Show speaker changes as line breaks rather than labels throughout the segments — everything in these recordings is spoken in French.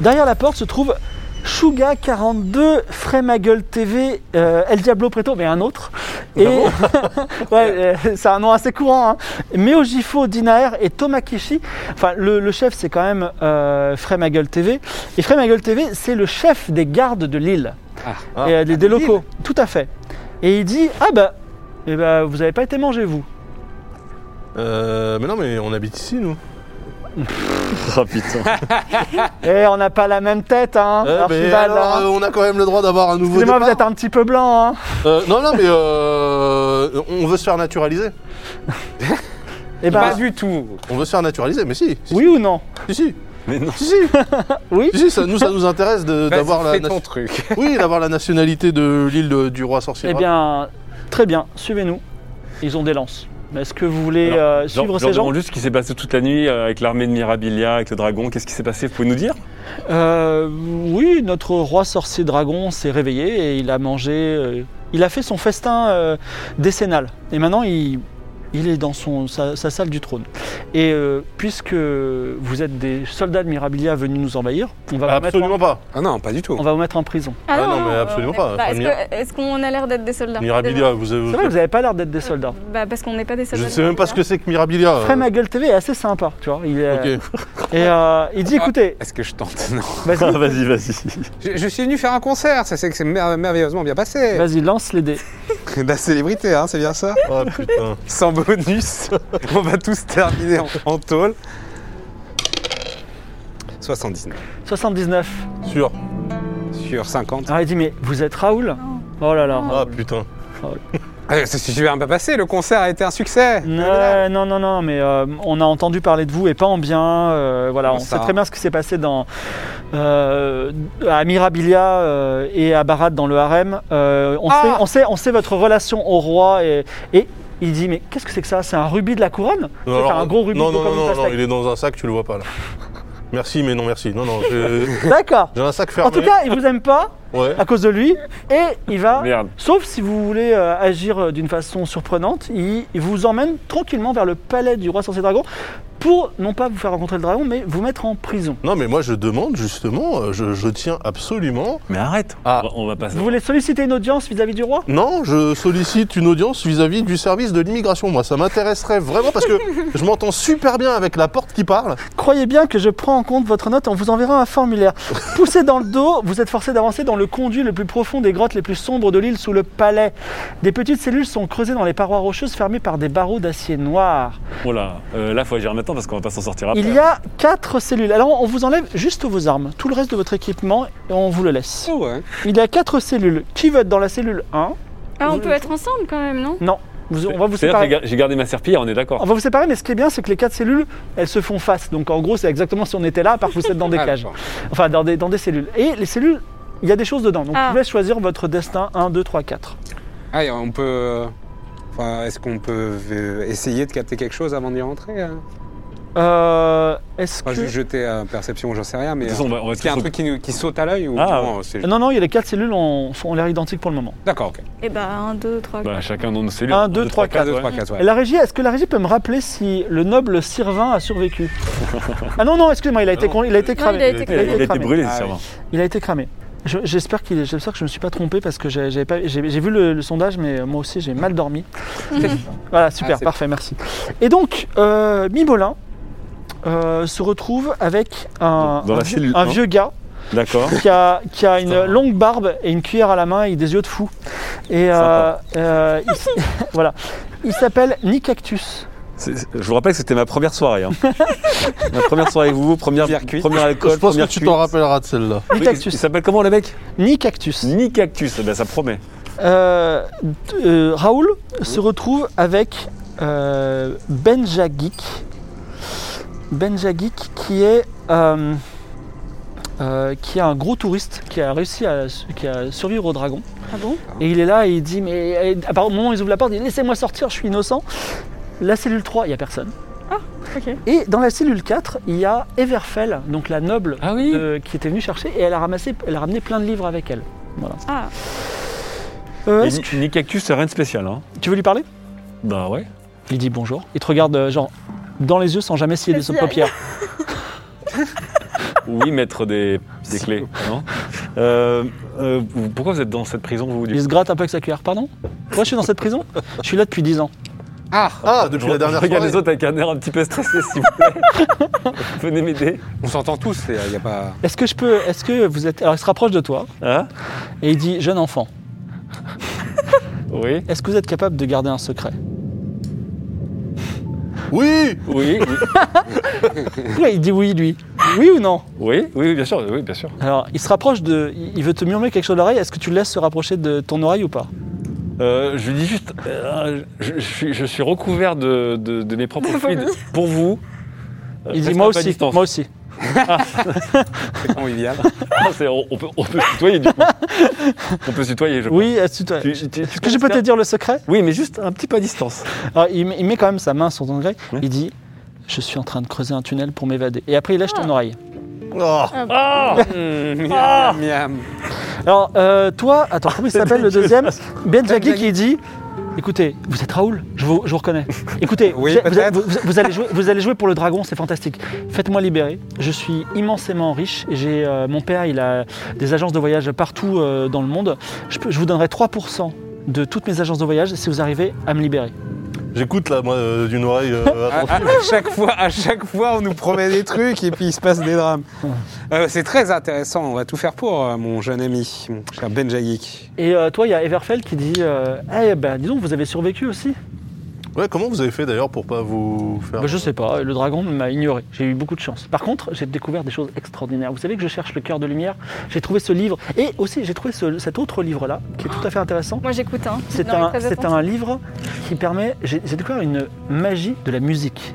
Derrière la porte se trouve Shuga42, Fremagle TV, euh, El Diablo Preto, mais un autre. Et ouais, euh, c'est un nom assez courant. Hein. Meo Jifo, Dinaer et Tomakishi. Enfin, le, le chef, c'est quand même euh, Fremagle TV. Et Fremagle TV, c'est le chef des gardes de l'île,
Ah.
et, euh, des, des locaux. Tout à fait. Et il dit Ah bah, eh bah, vous n'avez pas été mangé, vous.
Euh, mais non, mais on habite ici, nous.
Oh putain.
Eh, on n'a pas la même tête, hein.
Eh, mais
Archibald,
alors,
hein.
euh, on a quand même le droit d'avoir un nouveau
Excusez-moi, vous
départ.
êtes un petit peu blanc, hein.
Euh, non, non, mais euh, on veut se faire naturaliser.
Eh ben,
Pas du tout.
On veut se faire naturaliser, mais si. Si,
oui ou non
si, si.
Mais non.
si, si.
Oui.
Si, si, ça, nous, ça nous intéresse de-
Vas-y,
d'avoir la,
fais ton
nation-
truc.
oui, d'avoir la nationalité de l'île de- du roi sorcier.
Eh bien, très bien, suivez-nous. Ils ont des lances. Mais Est-ce que vous voulez
Alors,
euh,
Genre,
suivre
genre,
ces gens
demande juste ce qui s'est passé toute la nuit euh, avec l'armée de Mirabilia, avec le dragon. Qu'est-ce qui s'est passé Vous pouvez nous dire
Euh, Oui, notre roi sorcier dragon s'est réveillé et il a mangé. euh, il a fait son festin euh, décennal. Et maintenant, il, il est dans son, sa, sa salle du trône. Et euh, puisque vous êtes des soldats de Mirabilia venus nous envahir, on va, vous, mettre en,
Absolument pas.
Ah non, pas du tout.
on va vous mettre en prison.
Ah non, mais absolument
on est
pas.
Bah, Est-ce que- est-ce qu'on a l'air d'être des soldats
Mirabilia, vous avez.
bah, C'est vrai, vous n'avez pas l'air d'être des soldats.
Bah parce qu'on n'est pas des
Je
soldats.
ne sais même pas ce que c'est que Mirabilia. euh.
Frère Magel TV est assez sympa, tu vois. Il est-
Ok. Ah,
Et euh, il dit, écoutez,
Est-ce que je tente Non.
vas-y,
Vas-y, vas-y.
Je, je suis venu faire un concert, ça c'est que c'est mer- merveilleusement bien passé.
vas-y, lance les dés.
La célébrité, hein, c'est bien ça
Oh putain.
Sans bonus, on va tous terminer en, en tôle. 79.
79.
Sûr.
Sur 50.
Alors Ah, il dit mais vous êtes Raoul Oh là là.
Ah putain.
Ah, c'est super bien passé, le concert a été un succès. Ah,
Non, non, non, non, mais euh, on a entendu parler de vous et pas en bien. euh, voilà,
Ah,
Comment
on
ça
sait très bien ce qui s'est passé dans, euh, à Mirabilia euh, et à Barat dans le harem. Euh, on,
Ah
sait, on, sait, on sait votre relation au roi et, et il dit mais qu'est-ce que c'est que ça C'est un rubis de la couronne
Non,
C'est
alors,
un gros rubis
non,
de
non,
comme
non,
une
non, non,
pastèque.
il est dans un sac, tu le vois pas là. Merci, mais non, merci. Non, non, j'ai
D'accord.
j'ai un sac fermé.
En tout cas, il vous aime pas
ouais.
à cause de lui et il va
Merde.
Sauf si vous voulez euh, agir euh, d'une façon surprenante, il, il vous emmène tranquillement vers le palais du roi sorcier dragon pour non pas vous faire rencontrer le dragon, mais vous mettre en prison.
Non, mais moi je demande justement, euh, je, je tiens absolument.
Mais arrête.
Ah.
On va- On va passer.
Vous voulez solliciter une audience vis-à-vis du roi
Non, je sollicite une audience vis-à-vis du service de l'immigration. Moi, ça m'intéresserait vraiment parce que je m'entends super bien avec la porte qui parle.
Croyez bien que je prends en compte votre note, on vous enverra un formulaire. Poussé dans le dos, vous êtes forcé d'avancer dans le conduit le plus profond des grottes les plus sombres de l'île sous le palais. Des petites cellules sont creusées dans les parois rocheuses fermées par des barreaux d'acier noir.
Oh là, euh, là, faut agir maintenant parce qu'on va pas s'en sortir après.
Il y a quatre cellules. Alors on vous enlève juste vos armes, tout le reste de votre équipement, et on vous le laisse.
Ah ouais.
Il y a quatre cellules. Qui veut être dans la cellule 1
Ah, on peut être ensemble quand même, non
Non. Vous- on va vous
C'est-à-dire que j'ai
séparer. Oh,
gar- j'ai gardé ma serpillière, on est d'accord.
On va vous séparer, mais ce qui est bien, c'est que les quatre cellules, elles se font face. Donc en gros, c'est exactement si on était là, à part que vous êtes dans des
Ah,
cages.
d'accord.
Enfin, dans des, dans des cellules. Et les cellules, il y a des choses dedans. Donc
Ah.
vous pouvez choisir votre destin 1, 2, 3, 4.
Ah, et on peut. euh, Enfin, est-ce qu'on peut euh, essayer de capter quelque chose avant d'y rentrer hein
Euh, Est-ce
Enfin,
que.
je vais jeter euh, perception, j'en sais rien, mais. euh,
De toute façon, on va- on va
Est-ce qu'il y a un
tous-
truc qui, nous- qui saute à l'œil ou
Ah,
non, c'est-
Non, non, il y a les quatre cellules, on, on l'air identique pour le moment.
D'accord, ok.
Eh bah 1, 2, 3,
Bah, chacun dans nos cellules.
Un, deux, trois, quatre,
4, 2, 3,
ouais.
4,
Et la régie, est-ce que la régie peut me rappeler si le noble Sirvin a survécu Ah non, non, excusez-moi, il, a été con- il a été
Non, il a
cramé.
été
Il a- il a été
cramé.
brûlé,
Ah,
c'est
oui.
sûr.
Il a été cramé. Je- J'espère qu'il est- j'espère que je ne me suis pas trompé parce que j'ai j'avais pas- j'ai- j'ai vu le, le sondage, mais moi aussi j'ai mal dormi.
Mm.
voilà, super,
Ah, c'est-
parfait, merci. Et donc, euh, Mibolin euh, se retrouve avec un,
Dans la
un vieux-
cellule,
un
hein.
vieux gars
D'accord.
qui a, qui a une
Putain.
longue barbe et une cuillère à la main et des yeux de fou. Et euh,
Sympa.
euh, il, s- voilà, il s'appelle Nick Cactus.
C'est- c'est- Je vous rappelle que c'était ma première soirée. hein. ma première soirée avec vous, première,
Première cuite.
première
Je
alcool,
pense que
première
tu
cuite.
t'en rappelleras de celle-là.
Nick
Oui, il
Cactus.
s'appelle comment le mec
Nick Cactus.
Ni cactus, eh ben, ça promet.
Euh, d- euh, Raoul se retrouve avec euh, Benja Geek. Benja Geek qui est, euh, euh, qui est un gros touriste qui a réussi à, qui a survivre au dragon.
Ah bon
Et il est là et il dit, mais et à part- au moment où ils ouvrent la porte, il dit laissez-moi sortir, je suis innocent. La cellule 3, il n'y a personne.
Ok.
Et dans la cellule 4, il y a Everfell, donc la noble
Ah oui
euh, qui était venue chercher, et elle a, ramassé, elle a ramené plein de livres avec elle. Voilà.
Ah,
Euh,
Et
est-ce
ni, ni cactus, c'est rien de spécial. Hein.
que- tu veux lui parler
Bah ouais.
Il dit bonjour. Il te regarde, euh, genre, dans les yeux sans jamais scier de
Vas-y,
ses paupières.
Oui, mettre des, des clés. Non Euh, euh, vous- pourquoi vous êtes dans cette prison, vous du
Il se gratte un peu avec sa cuillère. Pardon Pourquoi je suis dans cette prison Je suis là depuis 10 ans.
Ah
Ah, depuis
Je-
la dernière
je regarde
soirée.
les autres avec un air un petit peu stressé, s'il vous plaît. Venez m'aider.
On s'entend tous, il n'y a pas.
Est-ce que je peux. Est-ce que vous êtes. Alors il se rapproche de toi
Hein
et il dit Jeune enfant,
Oui.
est-ce que vous êtes capable de garder un secret
Oui
Oui, oui,
Ouais, Il dit oui, lui. Oui ou non
oui, oui, bien sûr, oui, bien sûr.
Alors il se rapproche de. Il veut te murmurer quelque chose à l'oreille. Est-ce que tu le laisses se rapprocher de ton oreille ou pas
Euh, je lui dis juste, euh, je, je suis, je suis recouvert de, de- de mes propres fluides pour vous. Euh,
Il dit
restez
Moi
un peu à
aussi.
distance.
Moi aussi.
C'est convivial.
Ah, c'est- on, on peut, on peut se tutoyer du coup. on peut se tutoyer, je pense.
Oui, est-ce que tu-
Tu- tu- tu
est-ce que je peux te
considères-
dire le secret
Oui, mais juste un petit peu à distance.
Alors, il, met- il met quand même sa main sur ton oreille.
Ouais.
Il dit Je suis en train de creuser un tunnel pour m'évader. Et après, il lâche ton oreille.
Oh,
Ah
Mmh, miam, miam, miam.
Alors, euh, toi, attends, comment il s'appelle le deuxième Ben Jaggi
Jaggi.
qui dit Écoutez, vous êtes Raoul Je vous, je vous reconnais. Écoutez,
Oui,
vous, êtes- vous êtes-
peut-être.
vous- vous allez jouer, vous allez jouer pour le dragon, c'est fantastique. Faites-moi libérer. Je suis immensément riche. J'ai euh, Mon père, il a des agences de voyage partout euh, dans le monde. Je, peux- je vous donnerai 3% de toutes mes agences de voyage si vous arrivez à me libérer.
J'écoute là, moi, euh, d'une oreille euh,
À,
attentive.
à- à chaque fois, à chaque fois, on nous promet des trucs et puis il se passe des drames. Euh, c'est très intéressant. On va tout faire pour euh, mon jeune ami, mon cher Benjaïk.
Et euh, toi, il y a Everfell qui dit euh, Eh ben, dis donc, vous avez survécu aussi
Ouais, comment vous avez fait d'ailleurs pour pas vous faire.
Bah, Je sais pas, le dragon m'a ignoré. J'ai eu beaucoup de chance. Par contre, j'ai découvert des choses extraordinaires. Vous savez que je cherche le cœur de lumière. J'ai trouvé ce livre et aussi j'ai trouvé ce- cet autre livre là qui est tout à fait intéressant.
moi j'écoute, hein.
C'est
Dans
un,
les
c'est un livre qui permet. J'ai j'ai découvert une magie de la musique.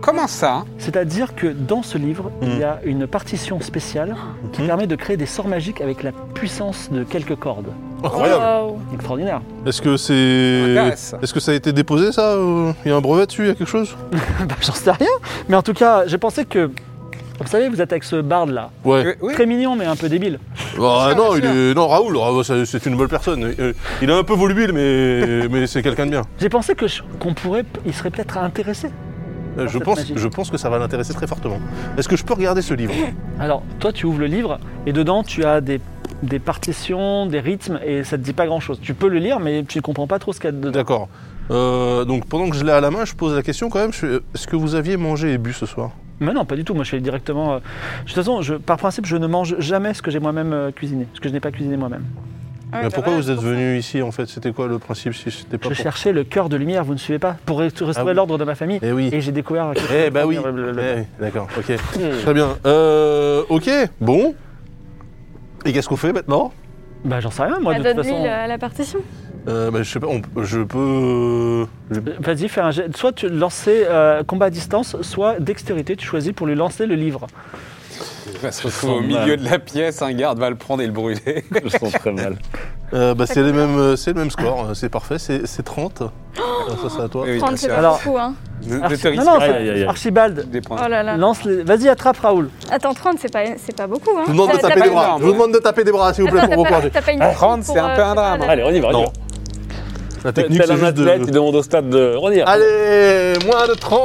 Comment ça
C'est-à-dire que dans ce livre, il y a une partition spéciale qui
Mhm.
permet de créer des sorts magiques avec la puissance de quelques cordes.
Incroyable
Wow.
Extraordinaire.
Est-ce que c'est.
Intéresse.
Est-ce que ça a été déposé ça ou- Il y a un brevet dessus, il y a quelque chose
Bah, J'en sais rien. Mais en tout cas, j'ai pensé que. Vous savez, vous êtes avec ce barde là.
Ouais.
Euh, Oui.
Très mignon, mais un peu débile.
Ah,
sûr,
non, il
bien
est... non, Raoul, ah, ça- c'est une bonne personne. Euh, Il est un peu volubile, mais, mais c'est quelqu'un de bien.
J'ai pensé que je- qu'on pourrait, il serait peut-être intéressé.
Euh, Je
cette
pense,
magie.
je pense que ça va l'intéresser très fortement. Est-ce que je peux regarder ce livre
Alors, toi, tu ouvres le livre et dedans, tu as des, des partitions, des rythmes et ça te dit pas grand-chose. Tu peux le lire, mais tu ne comprends pas trop ce qu'il y a dedans.
D'accord. Euh, donc pendant que je l'ai à la main, je pose la question quand même. je fais, Est-ce que vous aviez mangé et bu ce soir
Mais non, pas du tout. Moi, je fais directement. euh, De toute façon, je, par principe, je ne mange jamais ce que j'ai moi-même euh, cuisiné, ce que je n'ai pas cuisiné moi-même.
Ah ouais,
Mais
bah
Pourquoi
voilà,
vous êtes
c'est pour
venu ici en fait C'était quoi le principe si c'était pas
Je
pour...
cherchais le cœur de lumière. Vous ne suivez pas pour rest- restaurer
Ah oui.
l'ordre de ma famille.
Eh oui.
Et j'ai découvert. quelque
Eh
chose
bah oui.
de- blablabla.
Eh, D'accord. Ok. Très bien. Euh, ok. Bon. Et qu'est-ce qu'on fait maintenant
Bah, j'en sais rien.
ça.
Moi,
Ah,
de toute
Donne-lui
façon.
la, la partition.
Euh, bah, Je sais pas. on- je peux. je-
Euh, Vas-y, fais un jet. Soit tu lancer euh, combat à distance, soit dextérité. Tu choisis pour lui lancer le livre.
Il va Bah, se retrouver au
Mal.
milieu de la pièce, un garde va le prendre et le brûler.
Je sens très mal.
Euh, bah, c'est les mêmes. euh, C'est le même score. euh, C'est parfait. C'est c'est 30. Euh, ça c'est à toi.
Oui, bien
30, c'est
sûr.
pas
Alors-
beaucoup, hein.
Ne, ne
Archi-
te risque
Ah, non, non,
pas.
c'est-
Aïe, aïe, aïe.
Archibald,
des points.
Oh là là.
lance les. Vas-y, attrape Raoul.
Attends, 30, c'est pas, c'est pas beaucoup, hein.
Je vous demande de
T'as- t'as
taper
pas
des
eu
bras.
l'arme,
Je vous
ouais.
demande de taper des bras s'il vous plaît
Attends,
pour
t'as pas,
m'encourager.
t'as pas une
Ah,
technique
30, c'est
pour,
un peu
euh,
un drame.
faire
Allez, on y va. on y
Non.
va.
La
Tel
technique
tel
c'est
un
juste
athlète, il
de.
demande au stade de. On y va.
Allez, moins de 30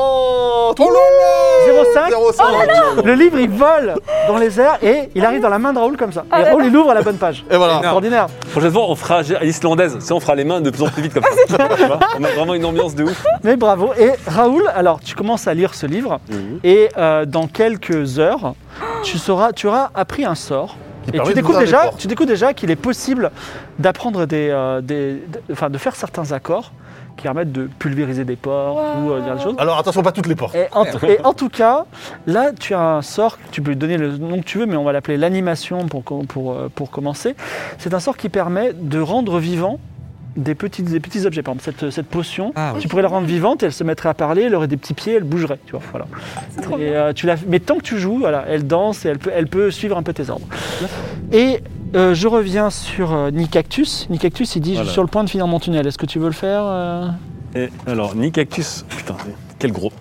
Oh là là
0,5.
0,5.
Le livre, il vole dans les airs et il arrive dans la main de Raoul comme ça.
Ah
et
là
Raoul, il l'ouvre à la bonne page.
Et voilà.
Extraordinaire.
Prochaine fois, on fera à l'islandaise. Tu sais, on fera les mains de plus en plus vite comme
Ah,
ça. Tu vois on a vraiment une ambiance de ouf.
Mais bravo. Et Raoul, alors tu commences à lire ce livre
Mhm.
et euh, dans quelques heures, tu, sauras, tu auras appris un sort. Et
permet
tu
de
découvres,
vous
déjà,
arrêter.
tu découvres déjà qu'il est possible d'apprendre des, euh, des, de, enfin, de faire certains accords qui permettent de pulvériser des porcs
Wow.
ou euh, dire des choses.
Alors attention, pas toutes les portes.
Et en, tout- et en tout cas, là, tu as un sort, tu peux lui donner le nom que tu veux, mais on va l'appeler l'animation pour, com- pour, euh, pour commencer. C'est un sort qui permet de rendre vivant des, petites, des petits objets. Par exemple, cette, cette potion,
Ah
tu pourrais la rendre vivante et elle se mettrait à parler, elle aurait des petits pieds, elle bougerait. Tu vois, voilà.
C'est trop
Et,
bien.
euh, tu la- Mais tant que tu joues, voilà, elle danse et elle peut, elle peut suivre un peu tes ordres. Et euh, je reviens sur euh, Nicactus. Nicactus, il dit Je
Voilà.
suis sur le point de finir mon tunnel. Est-ce que tu veux le faire euh
Et alors, Nick Cactus, putain, quel gros.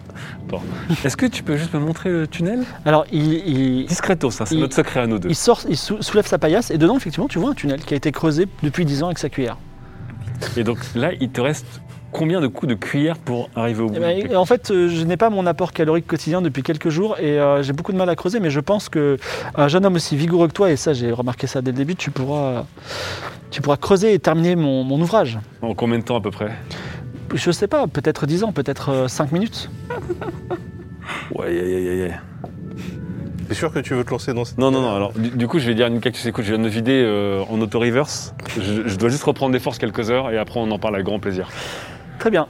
Attends. Est-ce que tu peux juste me montrer le tunnel
Alors, il, il-
Discreto, ça, c'est
Il-
notre secret à nous deux.
il sort, il sou- soulève sa paillasse et dedans, effectivement, tu vois un tunnel qui a été creusé depuis 10 ans avec sa cuillère.
Et donc là, il te reste combien de coups de cuillère pour arriver au bout
Eh ben,
du-
et en fait, euh, je n'ai pas mon apport calorique quotidien depuis quelques jours et euh, j'ai beaucoup de mal à creuser, mais je pense que un jeune homme aussi vigoureux que toi, et ça j'ai remarqué ça dès le début, tu pourras, tu pourras creuser et terminer mon, mon ouvrage.
En combien de temps à peu près
Je sais pas, peut-être 10 ans, peut-être 5 minutes.
Ouais, ouais, ouais, ouais, ouais.
T'es sûr que tu veux te lancer dans cette.
Non, non, non, alors du, du coup, je vais dire à Nick Cactus, écoute, je viens de me vider euh, en auto-reverse. Je, je dois juste reprendre des forces quelques heures et après, on en parle avec grand plaisir.
Très bien.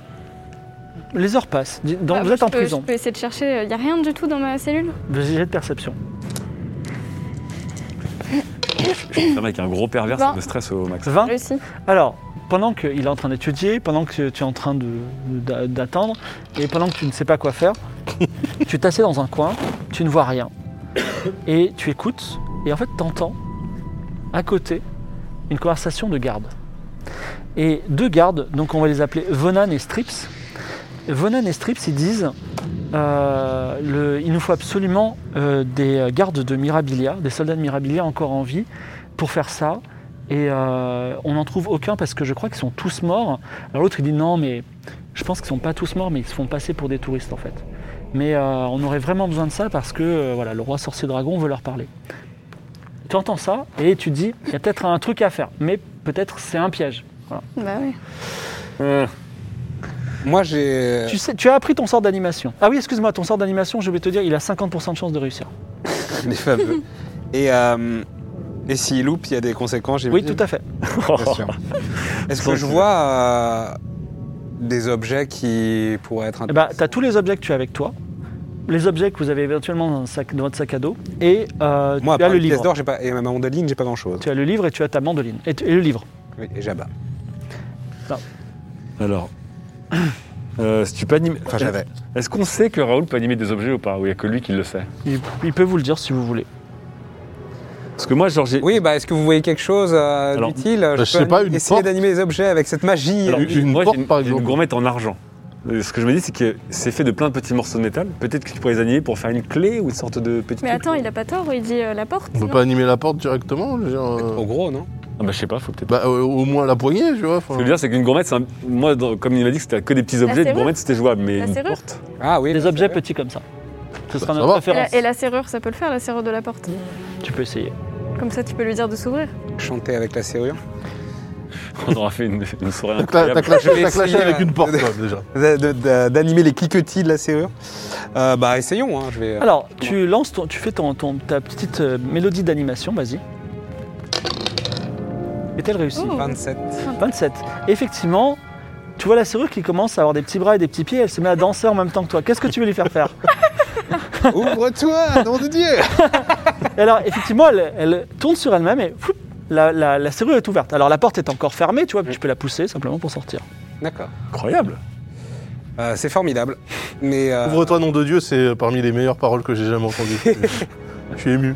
Les heures passent. Dis- Donc,
Ah,
vous
moi,
êtes en
je peux-
prison.
Je peux essayer de chercher. Il n'y a rien du tout dans ma cellule
Vous de perception.
Je suis un mec, un gros pervers, ça
Bon.
me stresse au max.
20
Réussi.
Alors, pendant qu'il est en train d'étudier, pendant que tu es en train de- d'a- d'attendre, et pendant que tu ne sais pas quoi faire, tu t'assieds dans un coin, tu ne vois rien. Et tu écoutes, et en fait, tu entends, à côté, une conversation de gardes. Et deux gardes, donc on va les appeler Vonan et Strips. Vonan et Strips, ils disent euh, le- il nous faut absolument euh, des gardes de Mirabilia, des soldats de Mirabilia encore en vie, pour faire ça. Et euh, on n'en trouve aucun parce que je crois qu'ils sont tous morts. Alors l'autre il dit non mais je pense qu'ils sont pas tous morts mais ils se font passer pour des touristes en fait. Mais euh, on aurait vraiment besoin de ça parce que euh, voilà le roi sorcier dragon veut leur parler. Tu entends ça et tu te dis il y a peut-être un truc à faire mais peut-être c'est un piège. Voilà.
Bah oui.
Hum.
Moi, j'ai.
Tu, sais, tu as appris ton sort d'animation. Ah oui excuse-moi ton sort d'animation je vais te dire il a 50% de chance de réussir.
Les euh, fameux. Et, euh, et s'il loupe, il y a des conséquences,
Oui tout à fait.
Est-ce que je vois euh, des objets qui pourraient être
Eh ben,
intéressants
tu as tous les objets que tu as avec toi. Les objets que vous avez éventuellement dans, un sac, dans votre sac à dos et euh,
Moi, à
tu as
part
le
une pièce
livre.
d'or, j'ai pas, et ma mandoline, j'ai pas grand-chose.
Tu as le livre et tu as ta mandoline et, tu- et le livre.
Oui, et j'abats.
Alors. Euh, si tu peux animer.
Enfin, j'avais.
Est-ce qu'on sait que Raoul peut animer des objets ou pas Ou il n'y a que lui qui le sait
Il, il peut vous le dire si vous voulez.
Parce que moi, genre, j'ai.
Oui, bah, est-ce que vous voyez quelque chose euh,
Alors,
d'utile Je
je sais
peux
pas, une
essayer
porte
d'animer les objets avec cette magie.
Alors,
Une- une
moi,
porte,
j'ai une,
par
j'ai une
exemple.
gourmette en argent. Euh, Ce que je me dis, c'est que c'est fait de plein de petits morceaux de métal. Peut-être que tu pourrais les animer pour faire une clé ou une sorte de petite.
Mais
clé.
attends, il a pas tort, il dit euh, la porte.
On peut
non
pas animer la porte directement je veux dire, euh,
Au gros, non
Ah bah, je sais pas, faut peut-être.
bah, euh, Au moins la poignée, tu vois. enfin.
Ce que je veux dire, c'est qu'une gourmette, c'est un- moi, dans- comme il m'a dit que c'était que des petits objets, une
serrure.
gourmette, c'était jouable. Mais
La
une
serrure.
porte.
Ah oui.
Des
bah,
objets
c'est-
petits comme ça. Ce sera
ça
notre
va.
et la,
préférence.
et la serrure, ça peut le faire, la serrure de la porte.
Tu peux essayer.
Comme ça, tu peux lui dire de s'ouvrir.
Chanter avec la serrure.
On aura fait une, une
T'as
soirée
t'as
incroyable.
clashé,
Je vais
t'as clashé
essayer,
avec
euh,
une porte,
de-
toi, déjà.
De- de- de- D'animer les cliquetis de la serrure. Euh, bah, essayons, hein, je vais.
Alors, tu lances ton, tu fais ton, ton- ta petite euh, mélodie d'animation, vas-y. Est-elle réussie
Oh.
27.
27. Effectivement, tu vois la serrure qui commence à avoir des petits bras et des petits pieds, elle se met à danser en même temps que toi. Qu'est-ce que tu veux lui faire faire
Ouvre-toi, nom de Dieu
Et alors, effectivement, elle, elle tourne sur elle-même et floup, la, la- la serrure est ouverte. Alors, la porte est encore fermée, tu vois, tu peux la pousser simplement pour sortir.
D'accord.
Incroyable.
Euh, c'est formidable. Mais.
Ah.
euh,
Ouvre-toi, nom de Dieu, c'est parmi les meilleures paroles que j'ai jamais entendues. Je suis ému.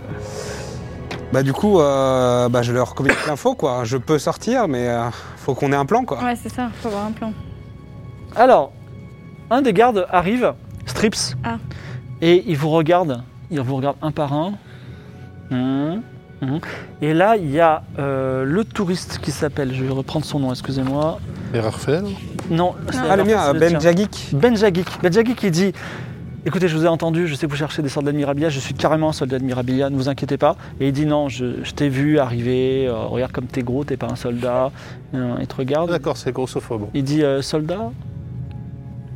Bah du coup, euh, bah, je leur communique l'info quoi. Je peux sortir, mais euh, faut qu'on ait un plan
Ah.
quoi.
Ouais, c'est ça, faut avoir un plan.
Alors, un des gardes arrive, Strips,
Ah.
et il vous regarde. Il vous regarde un par un. Hum, hum. Et là, il y a euh, le touriste qui s'appelle, je vais reprendre son nom, excusez-moi.
Et Raphaël
Non, c'est-
Ah le mien,
c'est le
Ben
tien.
Jagik.
Benjagik. Benjagik qui dit Écoutez, je vous ai entendu, je sais que vous cherchez des soldats de Mirabilia, je suis carrément un soldat de Mirabilia, ne vous inquiétez pas. Et il dit Non, je, je t'ai vu arriver, euh, regarde comme t'es gros, t'es pas un soldat. Euh, Il te regarde.
D'accord, c'est grossophobe.
Il dit euh, Soldat
Ouais,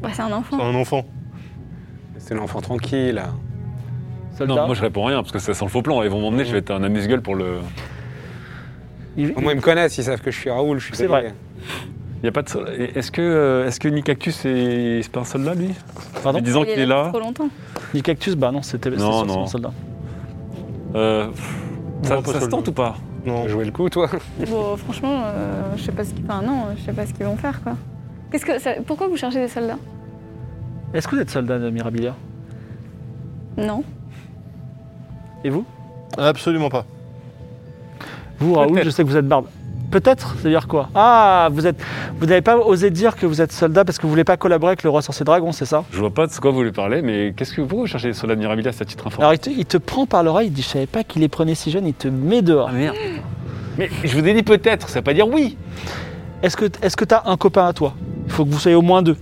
Bah, c'est un
C'est
enfant.
un enfant.
C'est l'enfant tranquille. là.
Soldat
Non, moi, je réponds rien parce que ça sent le faux plan. Ils vont m'emmener, je vais être un amuse-gueule pour le.
Il-
Au moins ils me connaissent, ils savent que je suis Raoul, je suis.
C'est
désolé.
Il y a pas de. sol- Et Est-ce que, euh, est-ce que Nick Cactus est, c'est pas un soldat lui
Pardon
Lui Disant qu'il est là.
Trop longtemps.
Du cactus, bah non, c'était c'est
Non,
sûr, c'est
non.
un soldat.
Euh, pff, ça
Non, pas
ça se
soldat.
tente ou pas
Non.
Jouer le coup, toi
Bon, franchement, euh, je sais pas ce qu'ils. Enfin, non, je sais pas ce qu'ils vont faire, quoi. Qu'est-ce que ça- Pourquoi vous cherchez des soldats
Est-ce que vous êtes soldat de Mirabilia
Non.
Et vous
Absolument pas.
Vous, Raoul, je sais que vous êtes barbe. Peut-être C'est-à-dire quoi Ah, vous êtes, vous n'avez pas osé dire que vous êtes soldat parce que vous voulez pas collaborer avec le roi sur ses dragons, c'est ça
Je vois pas de quoi vous voulez parler, mais qu'est-ce que vous pourquoi vous cherchez sur l'admirabilité à ce titre informatique
Alors, il te, il te prend par l'oreille, il dit Je savais pas qu'il les prenait si jeune, il te met dehors.
Ah merde Mais je vous ai dit peut-être, ça veut pas dire oui
Est-ce que est-ce que t'as un copain à toi Il faut que vous soyez au moins deux.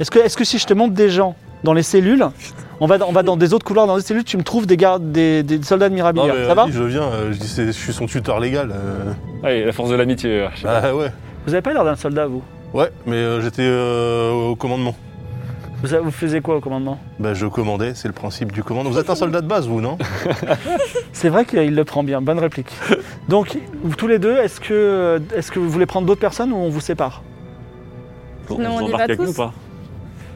Est-ce que, est que si je te montre des gens dans les cellules, on va, dans- on va dans des autres couloirs dans les cellules, tu me trouves des gardes, des, des soldats de Mirabilia,
mais,
Ah, ça va
vas-y, Je viens, euh, je dis, c'est- je suis son tuteur légal. euh.
Allez, la force de l'amitié. euh, je sais pas.
Bah ouais.
Vous avez pas l'air d'un soldat, vous
Ouais, mais euh, j'étais euh, au commandement.
vous, a- vous faisiez quoi au commandement
Bah je commandais, c'est le principe du commandement. Vous êtes un soldat de base, vous, non
C'est vrai qu'il le prend bien, bonne réplique. Donc, vous tous les deux, est-ce que, est que vous voulez prendre d'autres personnes ou on vous sépare
Bon,
Non,
vous
on y va
embarquez avec
tous.
nous ou pas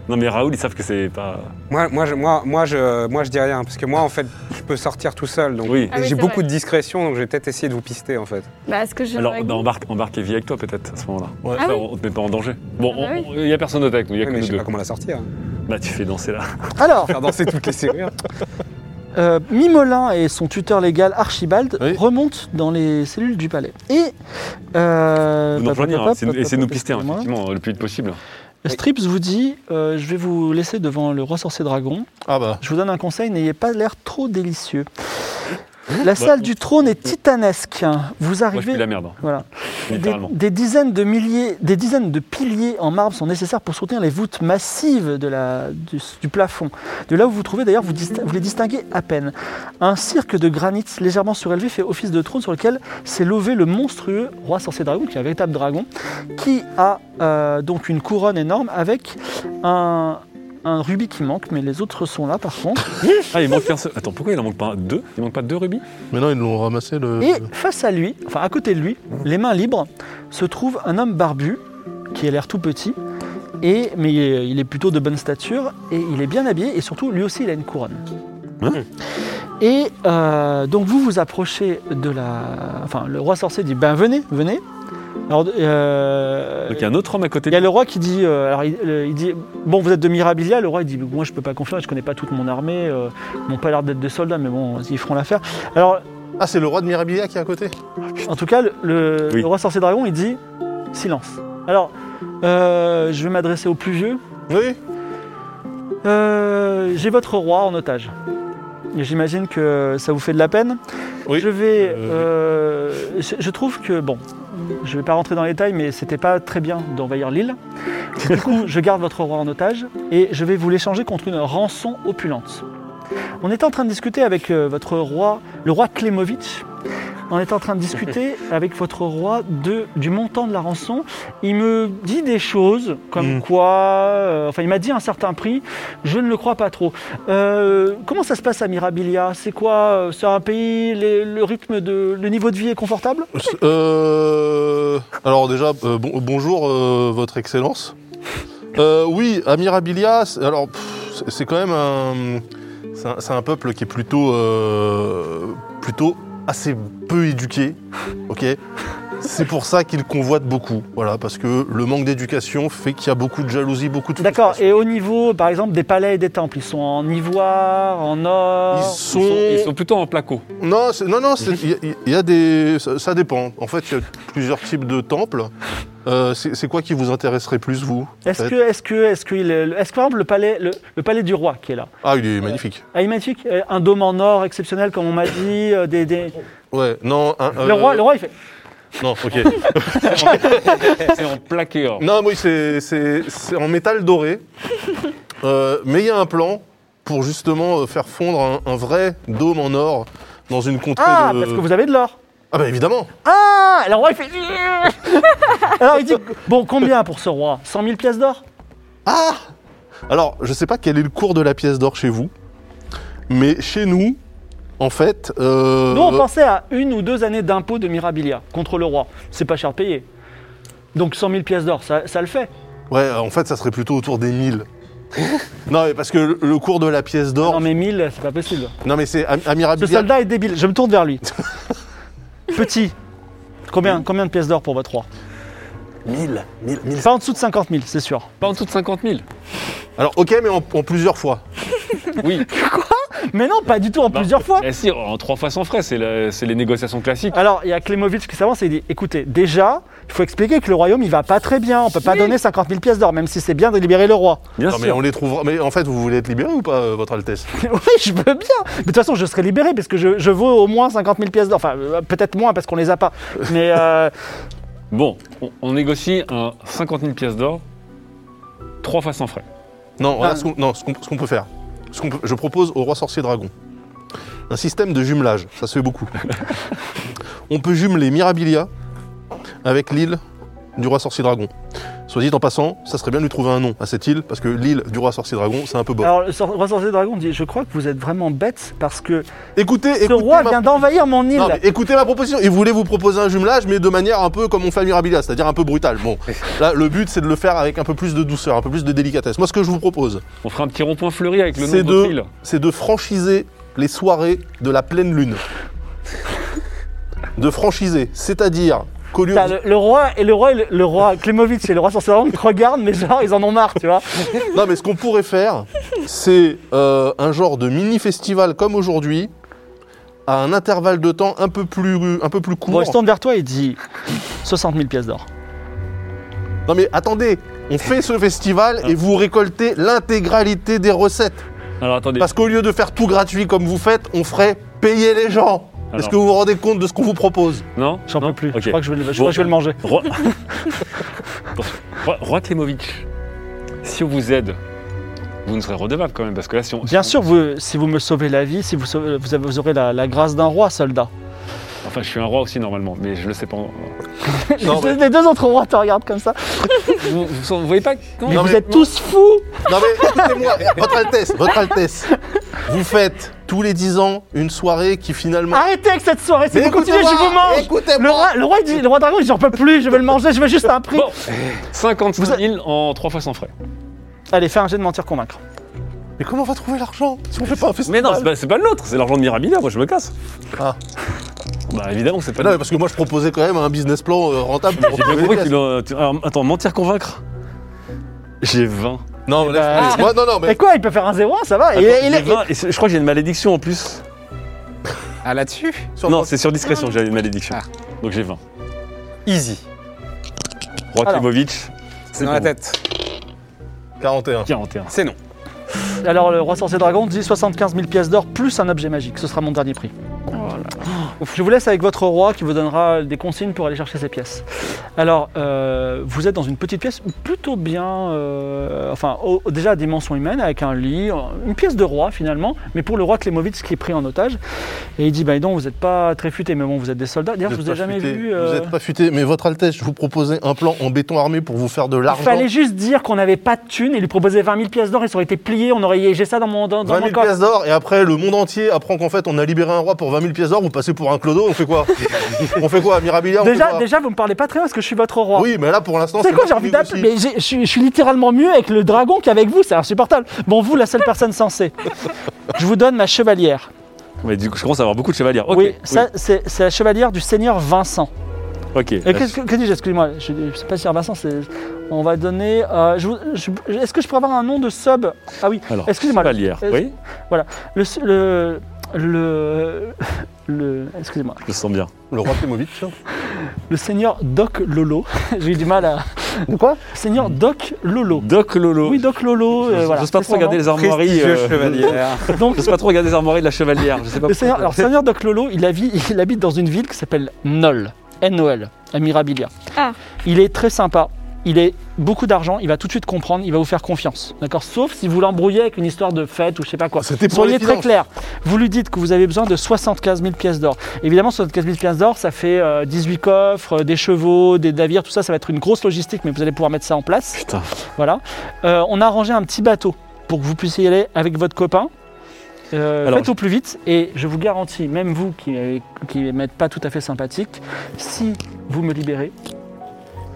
Non mais Raoul, ils savent que c'est pas...
Moi, moi, je, moi, moi, je, moi, je dis rien, parce que moi, en fait, je peux sortir tout seul. Donc,
Oui.
Ah oui,
j'ai
c'est
beaucoup
vrai.
de discrétion, donc je vais peut-être essayer de vous pister, en fait.
Bah, est-ce que je.
Alors on embarque, embarque Evie avec toi peut-être à ce moment-là.
Ouais.
Ah
Ça,
oui.
On te met pas en danger. Bon,
Ah bah
on- on- il y a personne d'autre avec nous, il y a
Oui,
que
mais
nous
je sais
deux.
pas comment la sortir. hein.
Bah tu fais danser là.
Alors,
Faire danser toutes les serrures.
Euh, Mimolin et son tuteur légal Archibald
Oui.
remontent dans les cellules du palais. Et. Euh,
Vous nous
pop,
rejoignez,
pop,
hein.
pop,
C'est-
pop,
essayez de nous
pop,
pister hein,
excusez-moi.
effectivement le plus vite possible.
Strips vous dit euh, Je vais vous laisser devant le roi sorcier dragon.
Ah bah.
Je vous donne un conseil n'ayez pas l'air trop délicieux. La salle du trône est titanesque. Vous
Bah, Moi je
arrivez.
suis de la merde, hein,
voilà. Des,
littéralement.
des dizaines de milliers, des dizaines de piliers en marbre sont nécessaires pour soutenir les voûtes massives de la, du, du plafond. De là où vous vous trouvez, d'ailleurs, vous, dist- vous les distinguez à peine. Un cirque de granit légèrement surélevé fait office de trône sur lequel s'est levé le monstrueux roi sorcier dragon, qui est un véritable dragon, qui a euh, donc une couronne énorme avec un, un rubis qui manque, mais les autres sont là par contre.
Ah il manque un seul. Attends, pourquoi il en manque pas un- deux Il manque pas deux rubis
Mais non, ils l'ont ramassé le.
Et face à lui, enfin à côté de lui, les mains libres, se trouve un homme barbu qui a l'air tout petit, et, mais il est, il est plutôt de bonne stature, et il est bien habillé, et surtout lui aussi il a une couronne.
Hein
Et euh, donc vous vous approchez de la... Enfin le roi sorcier dit, ben venez, venez. Alors, euh,
Donc il y a un autre homme à côté
il y a le roi qui dit, euh, alors il, le- il dit, bon vous êtes de Mirabilia, le roi il dit, moi je peux pas confirmer, je connais pas toute mon armée, euh, ils n'ont pas l'air d'être des soldats, mais bon, ils feront l'affaire. Alors
Ah, c'est le roi de Mirabilia qui est à côté
en tout cas, le, le-
Oui.
le roi sorcier dragon, il dit silence. Alors, euh, je vais m'adresser au plus vieux.
Oui.
Euh, J'ai votre roi en otage. Et J'imagine que ça vous fait de la peine.
Oui.
Je vais.
Euh,
euh, je, je trouve que bon, je vais pas rentrer dans les détails, mais c'était pas très bien d'envahir l'île. Du coup, je garde votre roi en otage et je vais vous l'échanger contre une rançon opulente. On était en train de discuter avec euh, votre roi, le roi Klemovitch. On était en train de discuter avec votre roi de, du montant de la rançon. Il me dit des choses comme
Mm.
quoi, euh, enfin il m'a dit un certain prix. Je ne le crois pas trop. Euh, comment ça se passe à Mirabilia C'est quoi euh, C'est un pays, les- le rythme de, le niveau de vie est confortable
Euh, Alors déjà, euh, bon- bonjour, euh, votre excellence. Euh, oui, à Mirabilia, c'est- alors pff, c'est- c'est quand même un, c'est un, c'est un peuple qui est plutôt, euh, plutôt assez peu éduqué, ok. C'est pour ça qu'ils convoitent beaucoup, voilà, parce que le manque d'éducation fait qu'il y a beaucoup de jalousie, beaucoup de.
D'accord.
frustration.
Et au niveau, par exemple, des palais et des temples, ils sont en ivoire, en or.
Ils
Ils sont, euh, ils sont plutôt en placo.
Non, c'est- non, non, c'est- il y a- il y, a des. Ça, ça dépend. En fait, il y a plusieurs types de temples. Euh, c'est c'est quoi qui vous intéresserait plus, vous en
Est-ce
fait
que, est-ce que, est-ce que, il est- est-ce que, par exemple, le palais, le, le palais du roi qui est là,
Ah, il est magnifique.
ah, il est magnifique, euh, un dôme en or exceptionnel, comme on m'a dit, euh, des, des-
Ouais, non. un-
le
euh,
roi, le roi, il fait.
Non, ok.
C'est en plaqué or.
non, oui, c'est- c'est c'est en métal doré. Euh, mais il y a un plan pour justement euh, faire fondre un, un vrai dôme en or dans une contrée
Ah,
de.
parce que vous avez de l'or.
Ah, bah évidemment
Ah, et le roi, il fait. Alors il dit, bon, combien pour ce roi 100 000 pièces d'or
Ah Alors, je sais pas quel est le cours de la pièce d'or chez vous, mais chez nous, en fait. euh,
Nous, on pensait à une ou deux années d'impôt de Mirabilia contre le roi. C'est pas cher de payer. Donc 100 000 pièces d'or, ça, ça le fait.
euh, Ouais, en fait, ça serait plutôt autour des 1000. Non, mais parce que le, le cours de la pièce d'or.
Non, mais 1000, c'est pas possible.
Non, mais c'est Am-
Ce
Amirabilia.
soldat est débile, je me tourne vers lui. Petit. Combien, combien de pièces d'or pour votre roi
1000, 1000, 1000.
Pas en dessous de 50 000, c'est sûr.
Pas en dessous de 50 000.
Alors, ok, mais en, en plusieurs fois.
Oui.
Mais non, pas du tout, en
Bah,
plusieurs fois.
Eh si, en trois fois sans frais, c'est la- c'est les négociations classiques.
Alors, il y a Klemovic qui s'avance et il dit écoutez, déjà, il faut expliquer que le royaume, il va pas très bien. On peut pas donner 50 000 pièces d'or, même si c'est bien de libérer le roi.
Bien
Non, mais
sûr.
on les trouvera. Mais en fait, vous voulez être libéré ou pas, euh, Votre Altesse
oui, je veux bien. Mais de toute façon, je serai libéré parce que je, je vaux au moins 50 000 pièces d'or. Enfin, euh, peut-être moins parce qu'on les a pas. Mais euh,
Bon, on, on négocie un 50 000 pièces d'or, trois fois sans frais.
Non,
Ah.
regarde ce qu'on non, ce qu'on- ce qu'on peut faire. Ce qu'on peut- je propose au roi sorcier dragon un système de jumelage. Ça se fait beaucoup. On peut jumeler Mirabilia avec l'île du roi sorcier dragon. Soit dit en passant, ça serait bien de lui trouver un nom à cette île, parce que l'île du roi sorcier dragon, c'est un peu bon.
alors, le sor- roi sorcier dragon dit je crois que vous êtes vraiment bête parce que
écoutez,
ce
écoutez,
roi
ma...
vient d'envahir mon île.
non, mais écoutez ma proposition. Il voulait vous proposer un jumelage, mais de manière un peu comme on fait à Mirabilia, c'est-à-dire un peu brutale. Bon, là, le but, c'est de le faire avec un peu plus de douceur, un peu plus de délicatesse. Moi, ce que je vous propose,
On fera un petit rond-point fleuri avec le nom
C'est
de
deux.
votre île.
c'est de franchiser les soirées de la pleine lune. De franchiser, c'est-à-dire qu'au lieu
T'as
de...
le, le roi et le roi, et le, le roi Klemovic et le roi sorcier dragon te regardent, mais genre ils en ont marre, tu vois.
Non mais ce qu'on pourrait faire, c'est euh, un genre de mini-festival comme aujourd'hui, à un intervalle de temps un peu plus, un peu plus
Bon,
court.
il se tourne vers toi et dit 60 000 pièces d'or.
non mais attendez, on fait ce festival et vous récoltez l'intégralité des recettes.
Alors attendez,
Parce qu'au lieu de faire tout gratuit comme vous faites, on ferait payer les gens. Est-ce
Alors.
que vous vous rendez compte de ce qu'on vous propose
non
J'en
Non
peux plus.
Ok.
Je crois que je vais, le- je
Bon.
crois que je vais le manger.
Roi... Roi- Roi Klemovic, si on vous aide, vous ne serez redevable quand même, parce que là, si on...
Bien sûr, vous, si vous me sauvez la vie, si vous, sauvez- vous, avez- vous aurez la, la grâce d'un roi, soldat.
Enfin, je suis un roi aussi, normalement, mais je le sais pas.
Non, mais-
Les deux autres rois te regardent comme ça.
Vous, vous- vous voyez pas comment
Mais
Non,
vous
mais-
êtes tous fous
Non mais écoutez-moi, votre Altesse, votre Altesse, vous faites tous les 10 ans une soirée qui finalement...
Arrêtez avec cette soirée, si
Mais
vous continuez, je vous mange le
Écoutez-moi
roi, le, roi, il dit, le roi dragon, il dit j'en peux plus, je vais le manger, je veux juste un prix.
Bon, 55 000 en trois fois sans frais.
Allez, fais un jet de mentir convaincre.
Mais comment on va trouver l'argent si on fait pas un
Mais
festival
non, c'est pas, c'est pas de l'autre, c'est l'argent de Mirabilia, moi je me casse.
Ah.
Bah évidemment, c'est pas
Non, mais
de
parce que moi je proposais quand même un business plan euh, rentable. pour
J'ai bien
retrouver
compris
les
qu'il
pièces.
en- tu- alors, attends, mentir, convaincre J'ai 20.
Non, mais laisse
bah-
tomber. Moi, non, non,
Et
mais
quoi, il peut faire un 0 ça va il, est- il
J'ai
est-
20 et c'est- je crois que j'ai une malédiction en plus.
Ah, là-dessus
sur-
non, c'est sur discrétion que j'avais une malédiction.
Ah.
Donc j'ai 20.
Easy.
Roi
Alors.
Klimovic,
C'est dans la
pour
tête.
41.
41.
C'est non.
Alors, le roi sorcier dragon dit 75 000 pièces d'or plus un objet magique. Ce sera mon dernier prix. Je vous laisse avec votre roi qui vous donnera des consignes pour aller chercher ces pièces. Alors, euh, vous êtes dans une petite pièce plutôt bien, euh, enfin, au- déjà à dimension humaine, avec un lit, euh, une pièce de roi finalement, mais pour le roi Klemovitz qui est pris en otage. Et il dit Bah, dis donc, vous n'êtes pas très futé, mais bon, vous êtes des soldats. D'ailleurs, je vous ai
pas
jamais
futé,
vu.
Vous
euh,
êtes pas futé, mais votre Altesse, je vous proposais un plan en béton armé pour vous faire de
Il
l'argent.
fallait juste dire qu'on n'avait pas de thunes et lui proposer 20 000 pièces d'or, ils auraient été pliés, on aurait j'ai ça dans mon, dans, dans
20
mon
000
corps.
pièces d'or, et après le monde entier apprend qu'en fait on a libéré un roi pour 20 000 pièces d'or, vous passez pour un clodo, on fait quoi On fait quoi, Mirabilia on fait
Déjà,
quoi
déjà, vous me parlez pas très haut parce que je suis votre roi.
Oui, mais là pour l'instant
C'est quoi,
moi
j'ai envie
qui négocie.
d'appeler Mais j'ai- je suis- je suis littéralement mieux avec le dragon qu'avec vous, c'est insupportable. Bon, vous, la seule personne sensée. Je vous donne ma chevalière.
Mais du coup, je commence à avoir beaucoup de chevaliers. Ok.
oui, ça, c'est c'est la chevalière du seigneur Vincent.
Ok.
Et qu'est-ce que, que dis-je Excusez-moi, je ne sais pas si Vincent, c'est. On va donner. euh, je vous- je- Est-ce que je peux avoir un nom de sub Ah oui,
Alors,
excusez-moi. le-
chevalière.
est-ce-
Oui,
Le. le le, le- excusez-moi,
je le sens bien.
Le roi Klemovic.
le seigneur Doc Lolo. J'ai eu du mal à. De quoi Seigneur Doc Lolo.
Doc Lolo.
Oui, Doc Lolo. euh,
J'ose
voilà,
pas
c'est son
trop regarder
nom.
les armoiries.
Prestigieux
euh,
chevalier.
Donc,
J'ose pas trop regarder les armoiries de la chevalière. Je sais pas
Le seigneur, alors, seigneur Doc Lolo, il, avi- il habite dans une ville qui s'appelle Nol, N-O-L, à Mirabilia.
Ah.
Il est très sympa. Il est beaucoup d'argent, il va tout de suite comprendre, il va vous faire confiance. D'accord Sauf si vous l'embrouillez avec une histoire de fête ou je sais pas quoi.
C'était pour
Soyez
les
très
finances.
clair. Vous lui dites que vous avez besoin de 75 000 pièces d'or. Évidemment, 75 000 pièces d'or, ça fait euh, 18 coffres, euh, des chevaux, des navires, tout ça. Ça va être une grosse logistique, mais vous allez pouvoir mettre ça en place.
Putain.
Voilà. Euh, on a arrangé un petit bateau pour que vous puissiez y aller avec votre copain. Euh,
Alors,
faites au plus vite et je vous garantis, même vous qui qui m'êtes pas tout à fait sympathique, si vous me libérez,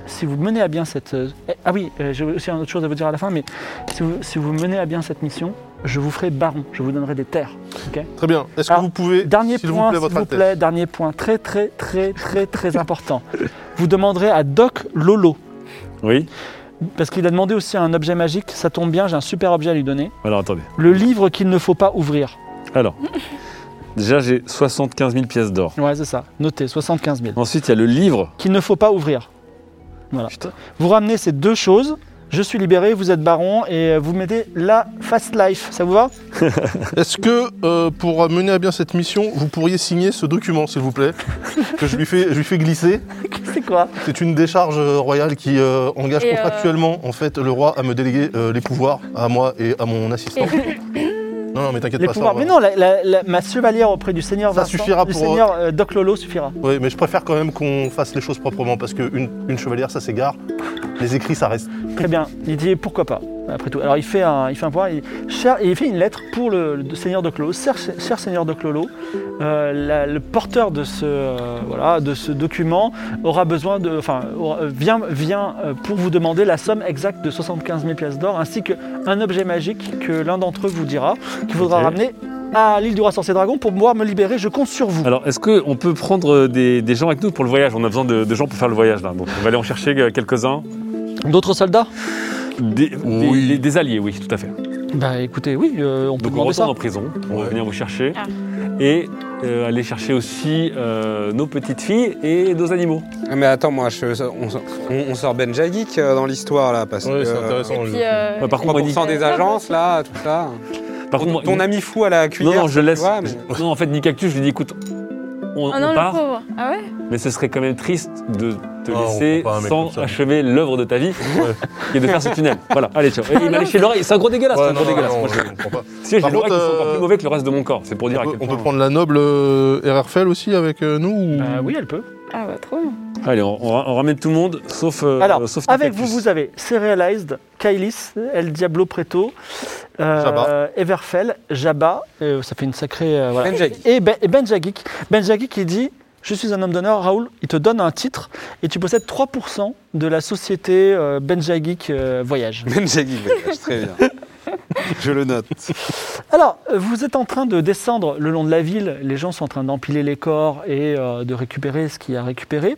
si vous menez à bien cette... euh, eh, ah oui, euh, j'ai aussi une autre chose à vous dire à la fin, mais si vous, si vous menez à bien cette mission, je vous ferai baron, je vous donnerai des terres.
Très bien. Est-ce que
Alors,
vous pouvez,
Dernier
s'il
point,
vous plaît, votre
s'il vous
Altesse
plaît, dernier point, très très très très très important. Vous demanderez à Doc Lolo,
Oui.
parce qu'il a demandé aussi un objet magique, ça tombe bien, j'ai un super objet à lui donner,
Alors attendez.
le livre qu'il ne faut pas ouvrir.
Alors. Déjà, j'ai 75 000 pièces d'or.
Ouais, c'est ça, notez, 75 000.
Ensuite, il y a le livre.
Qu'il ne faut pas ouvrir. Voilà. Vous ramenez ces deux choses, je suis libéré, vous êtes baron, et euh, vous mettez la Fast Life, ça vous va
Est-ce que, euh, pour mener à bien cette mission, vous pourriez signer ce document, s'il vous plaît Que je lui fais, je lui fais glisser.
C'est quoi
C'est une décharge euh, royale qui euh, engage
Et, euh,
contractuellement, en fait, le roi à me déléguer euh, les pouvoirs à moi et à mon assistant. non, non, mais t'inquiète
Les
pas,
pouvoirs.
ça,
Mais
ouais.
non, la, la- la- ma chevalière auprès du seigneur
Ça
Vincent,
suffira
du
pour-
seigneur euh, Doc Lolo suffira.
Oui, mais je préfère quand même qu'on fasse les choses proprement, parce qu'une une chevalière, ça s'égare. Les écrits, ça reste.
Très bien. Il dit pourquoi pas. Après tout. Alors il fait un, il fait un point. Il, cher- il fait une lettre pour le, le seigneur Doc Lolo. Cher, cher seigneur Doc Lolo, euh, la- le porteur de ce euh, voilà de ce document aura besoin de, enfin aura- euh, vient vient euh, pour vous demander la somme exacte de 75 000 pièces d'or ainsi qu'un objet magique que l'un d'entre eux vous dira qu'il faudra
Ok.
ramener à l'île du roi sorcier dragon pour pouvoir me libérer. Je compte sur vous.
Alors, est-ce qu'on peut prendre des, des gens avec nous pour le voyage On a besoin de, de gens pour faire le voyage, là. Donc, on va aller en chercher euh, quelques-uns.
D'autres soldats
Des, des-
Oui.
des- des alliés, oui, tout à fait.
Bah écoutez, oui, euh, on peut
Donc, on
demander ça.
retourne en prison. On va
Ouais.
venir vous chercher.
Ah.
Et euh, aller chercher aussi euh, nos petites filles et nos animaux.
Ah, Mais attends, moi, je- on, sort- on- on sort Benja Geek euh, dans l'histoire, là, parce que...
Et puis, euh,
Bah, par contre,
3% des agences, là, tout ça.
Par
Ton,
moi-
ton ami fou à la
Non,
cuillère.
non, je laisse.
vois, mais-
je- Non, en fait, ni cactus, je lui dis écoute, on,
Ah non,
on
le
part,
pauvre. Ah ouais
mais ce serait quand même triste de te
Ah, on
laisser
prend pas un mec comme
sans
ça.
achever l'œuvre de ta vie et de faire ce tunnel. Voilà, allez, ciao. Et il m'a
Ah non.
léché l'oreille, c'est un gros dégueulasse, c'est un
Ouais, non,
gros
non,
dégueulasse.
non,
moi, je-
je comprends pas.
Si, j'ai
Par
l'oreille qui
contre,
sont encore plus
euh,
mauvais que le reste de mon corps, c'est pour dire
On
à
peut,
quel
on
point-
peut prendre la noble euh, RRFL aussi avec euh, nous ou-
Bah oui, elle peut.
Ah bah, trop bien.
Allez, on, on ra- on ramène tout le monde, sauf. euh,
Alors,
sauf ni
avec vous,
cactus.
vous avez Serialized, Kailis, El Diablo Preto, euh,
Jabba.
Everfell, Jabba, euh, ça fait une sacrée... euh, voilà.
Benja Geek.
Et, Ben- et Benja Geek. Benja Geek, il dit, je suis un homme d'honneur, Raoul, il te donne un titre, et tu possèdes 3% de la société euh, Benja Geek euh, Voyage.
Benja Geek, Benja, très bien. Je le note.
Alors, euh, vous êtes en train de descendre le long de la ville, les gens sont en train d'empiler les corps et euh, de récupérer ce qu'il y a à récupérer.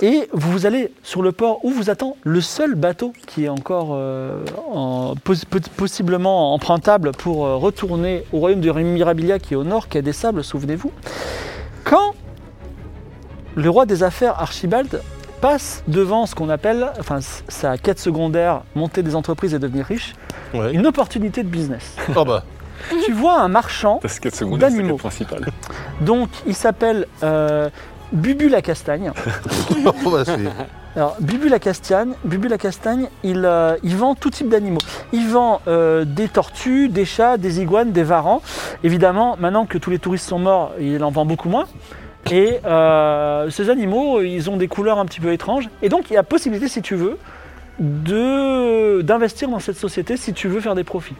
Et vous allez sur le port où vous attend le seul bateau qui est encore euh, en- pos- pos- possiblement empruntable pour euh, retourner au royaume de Mirabilia qui est au nord, qui a des sables, souvenez-vous. Quand le roi des affaires Archibald passe devant ce qu'on appelle, enfin s- sa quête secondaire, monter des entreprises et devenir riche,
Ouais.
une opportunité de business.
Oh bah,
tu vois un marchand
Parce que le secondaire, c'est le
D'animaux.
principal.
donc, il s'appelle euh, Bubu la Castagne.
oh bah, c'est-
Alors, Bubu la Castagne, Bubu la Castagne, il, euh, il vend tout type d'animaux. Il vend euh, des tortues, des chats, des iguanes, des varans. Évidemment, maintenant que tous les touristes sont morts, il en vend beaucoup moins. Et euh, ces animaux, ils ont des couleurs un petit peu étranges. Et donc, il y a possibilité, si tu veux, de d'investir dans cette société si tu veux faire des profits.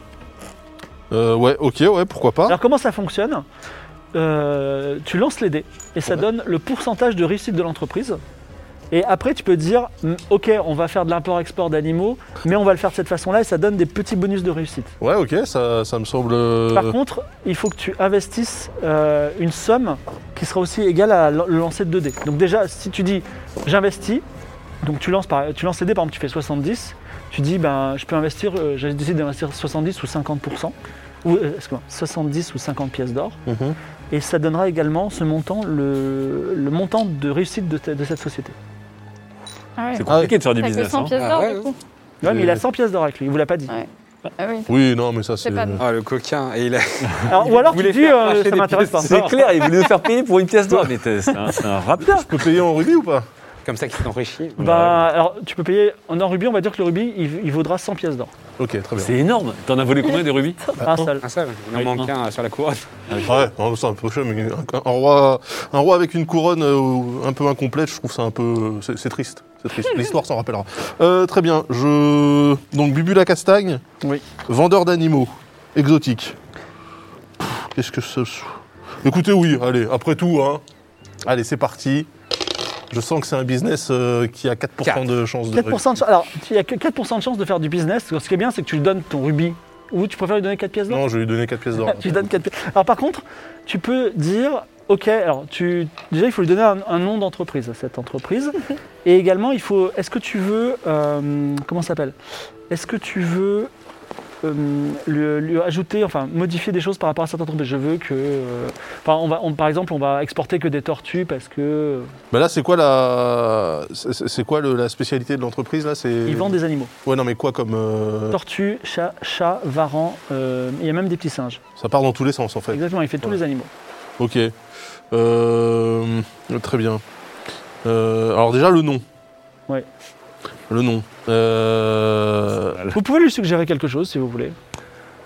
Euh, ouais, ok, ouais, pourquoi pas.
Alors comment ça fonctionne Euh, Tu lances les dés et ça
Ouais.
donne le pourcentage de réussite de l'entreprise. Et après, tu peux te dire, Hmm, ok, on va faire de l'import-export d'animaux, mais on va le faire de cette façon-là et ça donne des petits bonus de réussite.
Ouais, ok, ça, ça me semble. euh,
Euh.
Par contre, il faut que tu investisses euh, une somme qui sera aussi égale à l- le lancer de 2 dés. Donc déjà, si tu dis, j'investis, donc tu lances, par, tu lances les dés, par exemple, tu fais 70, tu dis, ben, je peux investir, euh, je décide d'investir 70 ou 50%, ou, euh, excuse-moi, 70 ou 50 pièces d'or.
Mhm.
Et ça donnera également ce montant, le, le montant de réussite de, ta- de cette société.
Ah ouais.
C'est compliqué de faire du
T'as que
business.
100
hein.
pièces
Ah
d'or,
ouais,
du coup.
Ouais, mais il a
Euh.
100 pièces d'or avec lui, il vous l'a pas dit.
Ah oui.
Oui, non, mais ça, c'est.
C'est pas-
Ah, le coquin. Et il a...
Alors, ou alors
Vous
tu
voulez
dis,
hein,
faire
euh,
cracher
ça
des
m'intéresse pas.
pièces.
C'est clair, il voulait nous faire payer pour une pièce d'or, mais t'es- c'est un, c'est un rap.
Je peux payer en rubis ou pas
Comme ça qu'il s'enrichit.
Bah, alors, tu peux payer en or rubis, on va dire que le rubis, il, il vaudra 100 pièces d'or.
Ok, très bien.
C'est énorme. T'en as volé combien des rubis
Un seul.
Un seul. Ah, Il en
Oui,
manque un euh, sur la couronne.
Ouais, non, c'est un peu chaud, mais un, un roi, un roi avec une couronne euh, un peu incomplète, je trouve ça un peu. C'est c'est triste. C'est triste. L'histoire s'en rappellera. Euh, très bien, je. Donc, Bubu la Castagne.
Oui.
Vendeur d'animaux. Exotique. Qu'est-ce que ça. Écoutez, oui, allez, après tout, hein. Allez, c'est parti. Je sens que c'est un business euh, qui a 4%, de chance de
4% de chance. Alors, tu- il y a que 4% de chance de faire du business. Ce qui est bien, c'est que tu lui donnes ton rubis. Ou tu préfères lui donner 4 pièces d'or
Non, je vais lui donner 4 pièces d'or.
Tu lui donnes 4 pièces. Alors, par contre, tu peux dire Ok, alors, tu, déjà, il faut lui donner un, un nom d'entreprise à cette entreprise. Et également, il faut. Est-ce que tu veux. euh, comment ça s'appelle Est-ce que tu veux. euh, lui, lui ajouter, enfin modifier des choses par rapport à cette entreprise. Je veux que, euh, enfin, on va, on- par exemple, on va exporter que des tortues parce que euh,
Bah là, c'est quoi la, c'est- c'est c'est quoi le- la spécialité de l'entreprise là C'est
ils vendent des animaux.
Ouais, non, mais quoi comme euh,
Tortues, chats, chats, varans, euh, il y a même des petits singes.
ça part dans tous les sens en fait.
Exactement, il fait tous
Ouais.
les animaux.
Ok. Euh, Très bien. Euh, Alors déjà le nom.
Ouais.
Le nom. Euh,
Vous pouvez lui suggérer quelque chose si vous voulez.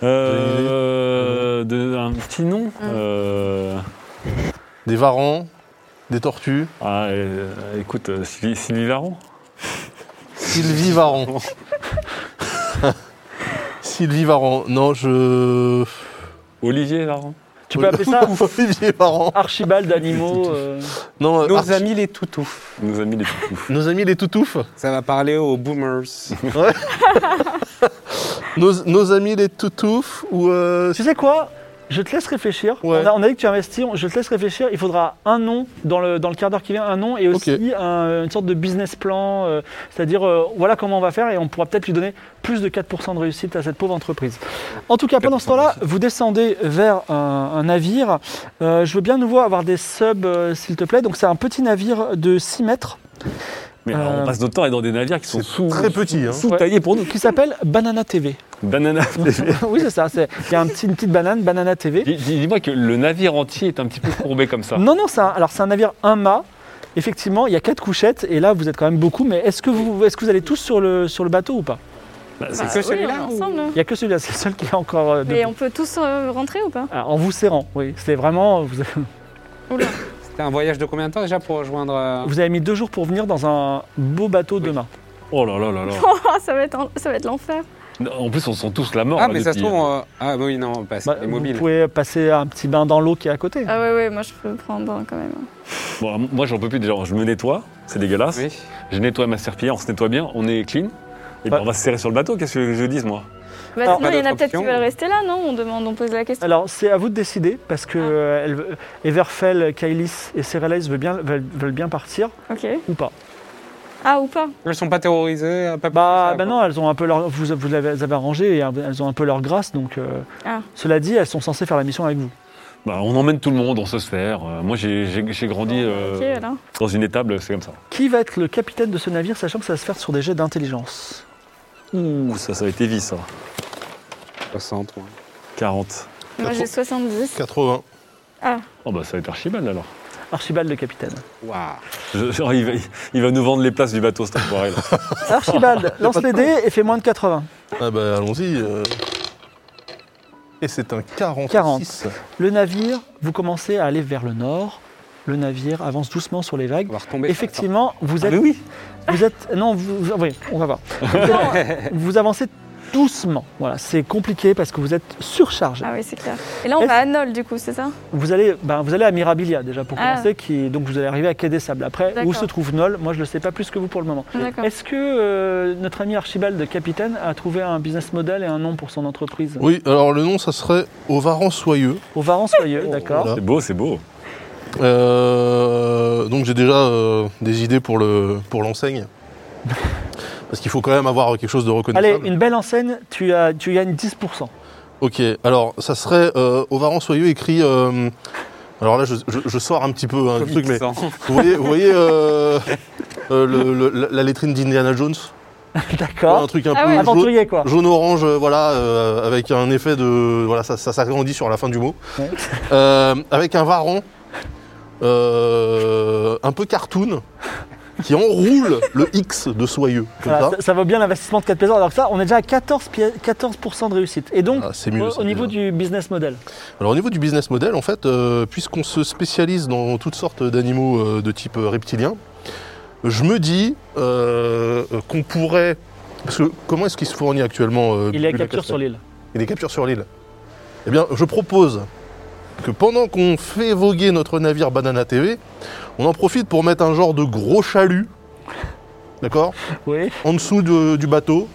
Euh, de- un petit nom
Hum.
euh,
Des varans, des tortues,
ah, euh, Écoute, euh, Sylvie, Sylvie Varron
Sylvie Varan. Sylvie Varan. Non, je.
Olivier Varron
Tu peux appeler ça
Olivier Varan.
Archibald d'animaux. euh,
Non, euh,
Nos
Arch-
amis les toutous.
Nos amis les toutous.
nos amis les toutoufs.
Ça va parler aux boomers.
Nos, nos amis les toutoufs ou. euh,
Tu sais quoi Je te laisse réfléchir.
Ouais.
On, a, on a dit que tu investis. on- Je te laisse réfléchir. Il faudra un nom dans le, dans le quart d'heure qui vient, un nom et aussi un- une sorte de business plan. euh, C'est-à-dire, euh, voilà comment on va faire et on pourra peut-être lui donner plus de 4% de réussite à cette pauvre entreprise. En tout cas, pendant ce temps-là, vous descendez vers un, un navire. Euh, je veux bien de nouveau avoir des subs, euh, s'il te plaît. Donc, c'est un petit navire de 6 mètres.
Mais alors,
Euh,
on passe notre temps à être dans des navires qui sont
C'est
sous,
très petit. Hein.
taillés pour nous.
qui s'appelle Banana TV.
Banana.
oui, c'est ça. c'est- Il y a un petit- une petite banane, Banana TV.
Dis- dis- Dis-moi que le navire entier est un petit peu courbé comme ça.
Non, non, c'est un, alors c'est un navire un mât. Effectivement, il y a quatre couchettes et là vous êtes quand même beaucoup. Mais est-ce que vous, est-ce que vous allez tous sur le sur le bateau ou pas
Bah,
que
oui,
celui-là,
on est
ou-
ensemble. hein.
Il y a que celui-là, c'est le seul qui est encore euh,
Mais
debout.
on peut tous euh, rentrer ou pas
Ah, en vous serrant. Oui, c'est vraiment. Vous,
C'était un voyage de combien de temps déjà pour rejoindre.
Ah.
euh,
vous avez mis deux jours pour venir dans un beau bateau de mât.
Oh là là là là.
Oh, ça va être, en- ça va être l'enfer.
Non, En plus, on sent tous la mort.
Ah,
là,
mais ça se
depuis-
trouve. euh, Ah, bah oui, non, bah, c'est
hein. Bah,
les
vous
mobiles.
pouvez passer un petit bain dans l'eau qui est à côté.
Ah ouais, ouais, moi je peux prendre un, quand même.
Bon, alors, moi, j'en peux plus. Déjà, je me nettoie. C'est dégueulasse.
Oui.
Je nettoie ma serpillière. On se nettoie bien. On est clean. Et puis,
Bah
Ouais.
on va se serrer sur le bateau. Qu'est-ce que je dise, moi
Bah,
Alors,
sinon,
pas
il y en a
d'autre
peut-être qui
option.
veulent rester là, non On demande, on pose la question.
Alors c'est à vous de décider parce que
Ah.
euh, elle- Everfell, Kailis et Serelais veulent bien, veulent, veulent bien partir
Ok.
ou pas.
Ah, ou pas
Elles sont pas terrorisées. euh, Pas
Bah,
ça,
bah
quoi.
non, elles ont un peu leur, vous, vous l'avez- elles avez arrangé et elles ont un peu leur grâce donc. euh,
Ah.
Cela dit, elles sont censées faire la mission avec vous.
Bah, On emmène tout le monde. On se sert. Euh, moi, j'ai- j'ai j'ai grandi euh,
Ok, alors.
dans une étable. C'est comme ça.
Qui va être le capitaine de ce navire, sachant que ça va se faire sur des jets d'intelligence
Ouh, ça, ça a été vie, ça.
60, ouais.
40.
Moi j'ai 70.
80.
Oh, bah, ça va être Archibald, alors.
Archibald, le capitaine.
Waouh.
Je- genre, il, va, il va nous vendre les places du bateau, cette soirée. là.
Archibald, lance les dés et fais moins de 80.
Ah bah allons-y. euh. Et c'est un 46.
40. Le navire, vous commencez à aller vers le nord. Le navire avance doucement sur les vagues.
On va retomber.
Effectivement, vous êtes.
Ah, mais oui.
Vous êtes. Non, vous. vous- Oui, on va voir. Vous, êtes- vous avancez doucement. Voilà, c'est compliqué parce que vous êtes surchargé.
Ah oui, c'est clair. Et là, on va à Nol, du coup, c'est ça
Vous allez, ben, vous allez à Mirabilia déjà pour
Ah.
commencer, qui, donc vous allez arriver à Quai des Sables. Après, où
D'accord.
se trouve Nol Moi, je ne le sais pas plus que vous pour le moment.
D'accord.
Est-ce que euh, notre ami Archibald, capitaine, a trouvé un business model et un nom pour son entreprise
Oui, alors le nom, ça serait Au Varan Soyeux.
Au Varan Soyeux, d'accord.
Oh, voilà.
C'est beau, c'est beau.
Euh, donc j'ai déjà euh, des idées pour le pour l'enseigne. Parce qu'il faut quand même avoir quelque chose de
Allez,
reconnaissable.
une belle enseigne, tu, as, tu gagnes 10%.
Ok, alors ça serait euh, Au Varan Soyeux écrit. euh, alors là, je, je- je sors un petit peu hein, du truc, mais vous voyez, vous voyez, euh, euh, le- le- la- la lettrine d'Indiana Jones, un
D'accord.
truc un
Ah
peu
ouais.
jaune-
Aventurier, quoi.
Jaune-orange, euh, voilà, euh, avec un effet de. Voilà, ça, ça s'agrandit sur la fin du mot.
Ouais.
Euh, avec un varon euh, un peu cartoon qui enroule le X de soyeux. Comme
Voilà,
ça.
ça, ça vaut bien l'investissement de 4 pièces. Alors que ça, on est déjà à 14, pi- 14% de réussite. Et donc,
Ah, c'est mieux.
au,
ça,
au niveau
déjà.
du business model,
Alors, au niveau du business model, en fait, euh, puisqu'on se spécialise dans toutes sortes d'animaux euh, de type euh, reptilien, je me dis euh, euh, qu'on pourrait. Parce que comment est-ce qu'il se fournit actuellement euh,
il est à
Bulle à
capture
Castel
sur l'île.
et des captures sur l'île. Eh bien, je propose que pendant qu'on fait voguer notre navire Banana TV, On en profite pour mettre un genre de gros chalut, d'accord
Oui.
En dessous de- du bateau,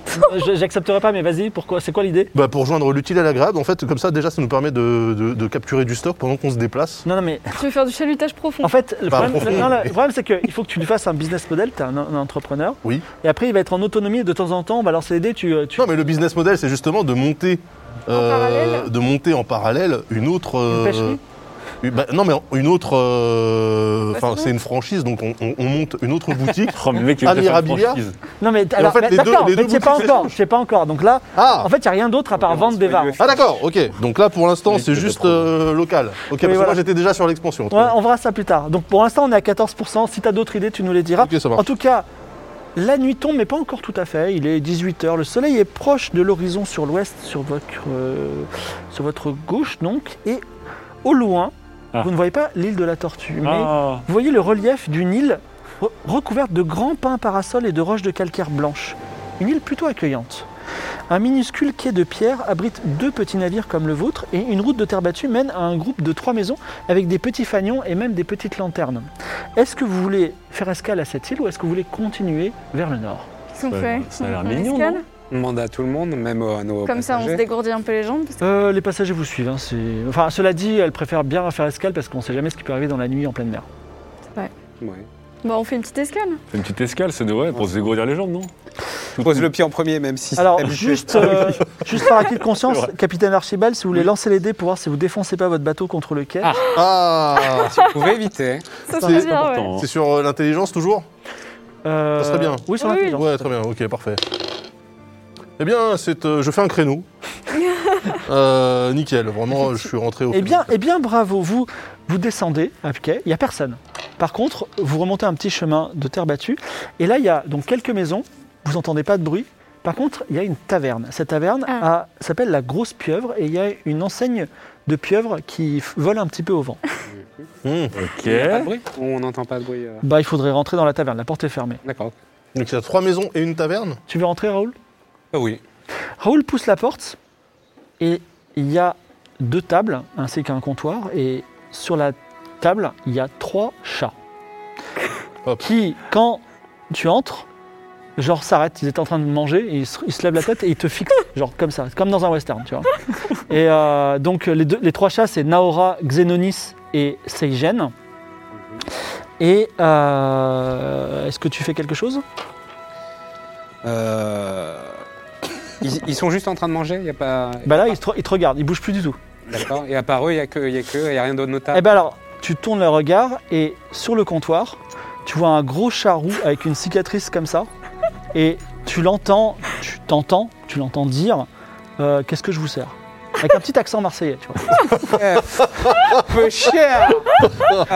Je- J'accepterai pas, mais vas-y, pourquoi C'est quoi l'idée
bah, pour joindre l'utile à l'agréable. En fait, comme ça, déjà, ça nous permet de, de- de capturer du stock pendant qu'on se déplace.
Non, non, mais
Tu veux faire du chalutage profond
en fait, le
Pas
problème,
profond,
le- non, le
mais-
problème, c'est qu'il faut que tu lui fasses un business model, t'es un, un entrepreneur,
Oui.
et après, il va être en autonomie, et de temps en temps, on va lancer les dés, tu... euh, tu...
Non, mais le business model, c'est justement de monter. euh,
parallèle
de monter en parallèle une autre. euh,
pêcherie
une- bah, non, mais une autre. euh,
Bah,
Enfin,
c'est bon.
c'est une franchise, donc on, on- on monte une autre boutique.
Oh, mais le mec, il veut faire une
Amirabilia
franchise.
Non, mais alors,
fait,
mais
les deux-
d'accord,
les
mais
deux
c'est pas
boutiques-
encore, je sais pas encore, donc là,
Ah
en fait, il n'y a rien d'autre à part
Regarde,
vendre des
c'est pas
vins.
du
Ah d'accord, ok. Donc là pour l'instant
Oui,
c'est
c'est
juste
pas trop.
euh, local. Ok, parce que
voilà.
moi j'étais déjà sur l'expansion.
Ouais, on verra ça plus tard. Donc pour l'instant, on est à 14%. Si tu as d'autres idées, tu nous les diras.
Ok, ça marche.
en tout cas, la nuit tombe, mais pas encore tout à fait. Il est 18h. Le soleil est proche de l'horizon sur l'ouest, sur votre, euh, sur votre gauche donc. Et au loin,
Ah.
vous ne voyez pas l'île de la Tortue, mais
Ah.
vous voyez le relief d'une île re- recouverte de grands pins parasols et de roches de calcaire blanche. Une île plutôt accueillante. Un minuscule quai de pierre abrite deux petits navires comme le vôtre et une route de terre battue mène à un groupe de trois maisons avec des petits fanions et même des petites lanternes. Est-ce que vous voulez faire escale à cette île ou est-ce que vous voulez continuer vers le nord
Qu'est-ce qu'on
ça-
fait
ça a l'air
On
mignon,
escale
non
On demande à tout le monde, même aux- à nos
Comme ça, on se
passagers.
dégourdit un peu les jambes. parce que-
Euh, Les passagers vous suivent. hein, c'est... Enfin, cela dit, elles préfèrent bien faire escale parce qu'on ne sait jamais ce qui peut arriver dans la nuit en pleine mer.
Ouais.
Bon, on fait une petite escale.
Fais une petite escale, c'est de ouais, pour se dégourdir les jambes, non
Pose le pied en premier, même si c'est
Alors,
habitué.
juste, euh, juste par acquis de conscience,
C'est vrai.
capitaine Archibald, si vous voulez lancer les dés pour voir si vous défoncez pas votre bateau contre le quai.
Ah.
Ah
Vous pouvez éviter.
Ça
C'est
serait bien, ouais.
Attends, hein.
C'est sur euh, l'intelligence toujours
euh,
Ça serait bien.
Oui, ça
Oui,
serait
oui.
bien.
Ouais très bien, ok parfait. Eh bien c'est euh, je fais un créneau. Euh, nickel, vraiment je suis rentré au
Eh bien, eh bien, bravo. Vous, vous descendez à quai, il n'y a personne. Par contre, vous remontez un petit chemin de terre battue. Et là, il y a donc quelques maisons. Vous n'entendez pas de bruit. Par contre, il y a une taverne. Cette taverne
Ah.
a- s'appelle la Grosse Pieuvre et il y a une enseigne de pieuvre qui f- vole un petit peu au vent.
Mmh.
Ok.
Il y a pas de bruit On n'entend pas de bruit. euh.
Bah, il faudrait rentrer dans la taverne. La porte est fermée.
D'accord.
Donc il y a trois maisons et une taverne
Tu veux rentrer, Raoul
Ah oui.
Raoul pousse la porte et il y a deux tables ainsi qu'un comptoir et sur la table il y a trois chats
Hop.
qui quand tu entres genre s'arrêtent ils étaient en train de manger et ils se, ils se lèvent la tête et ils te fixent genre comme ça comme dans un western tu vois et euh, donc les, deux- les trois chats c'est Naora Xenonis et Seigen et euh, est-ce que tu fais quelque chose
Euh, Ils, ils sont juste en train de manger, il n'y a pas.
Bah là ils te, ils te regardent, ils bougent plus du tout.
D'accord. Et à part eux, il n'y a que, il y a que, il n'y a rien d'autre notable.
Eh ben alors, tu tournes le regard et sur le comptoir, tu vois un gros chat roux avec une cicatrice comme ça. Et tu l'entends, tu t'entends, tu l'entends dire euh, Qu'est-ce que je vous sers Avec un petit accent marseillais, tu vois.
Eh, peu cher.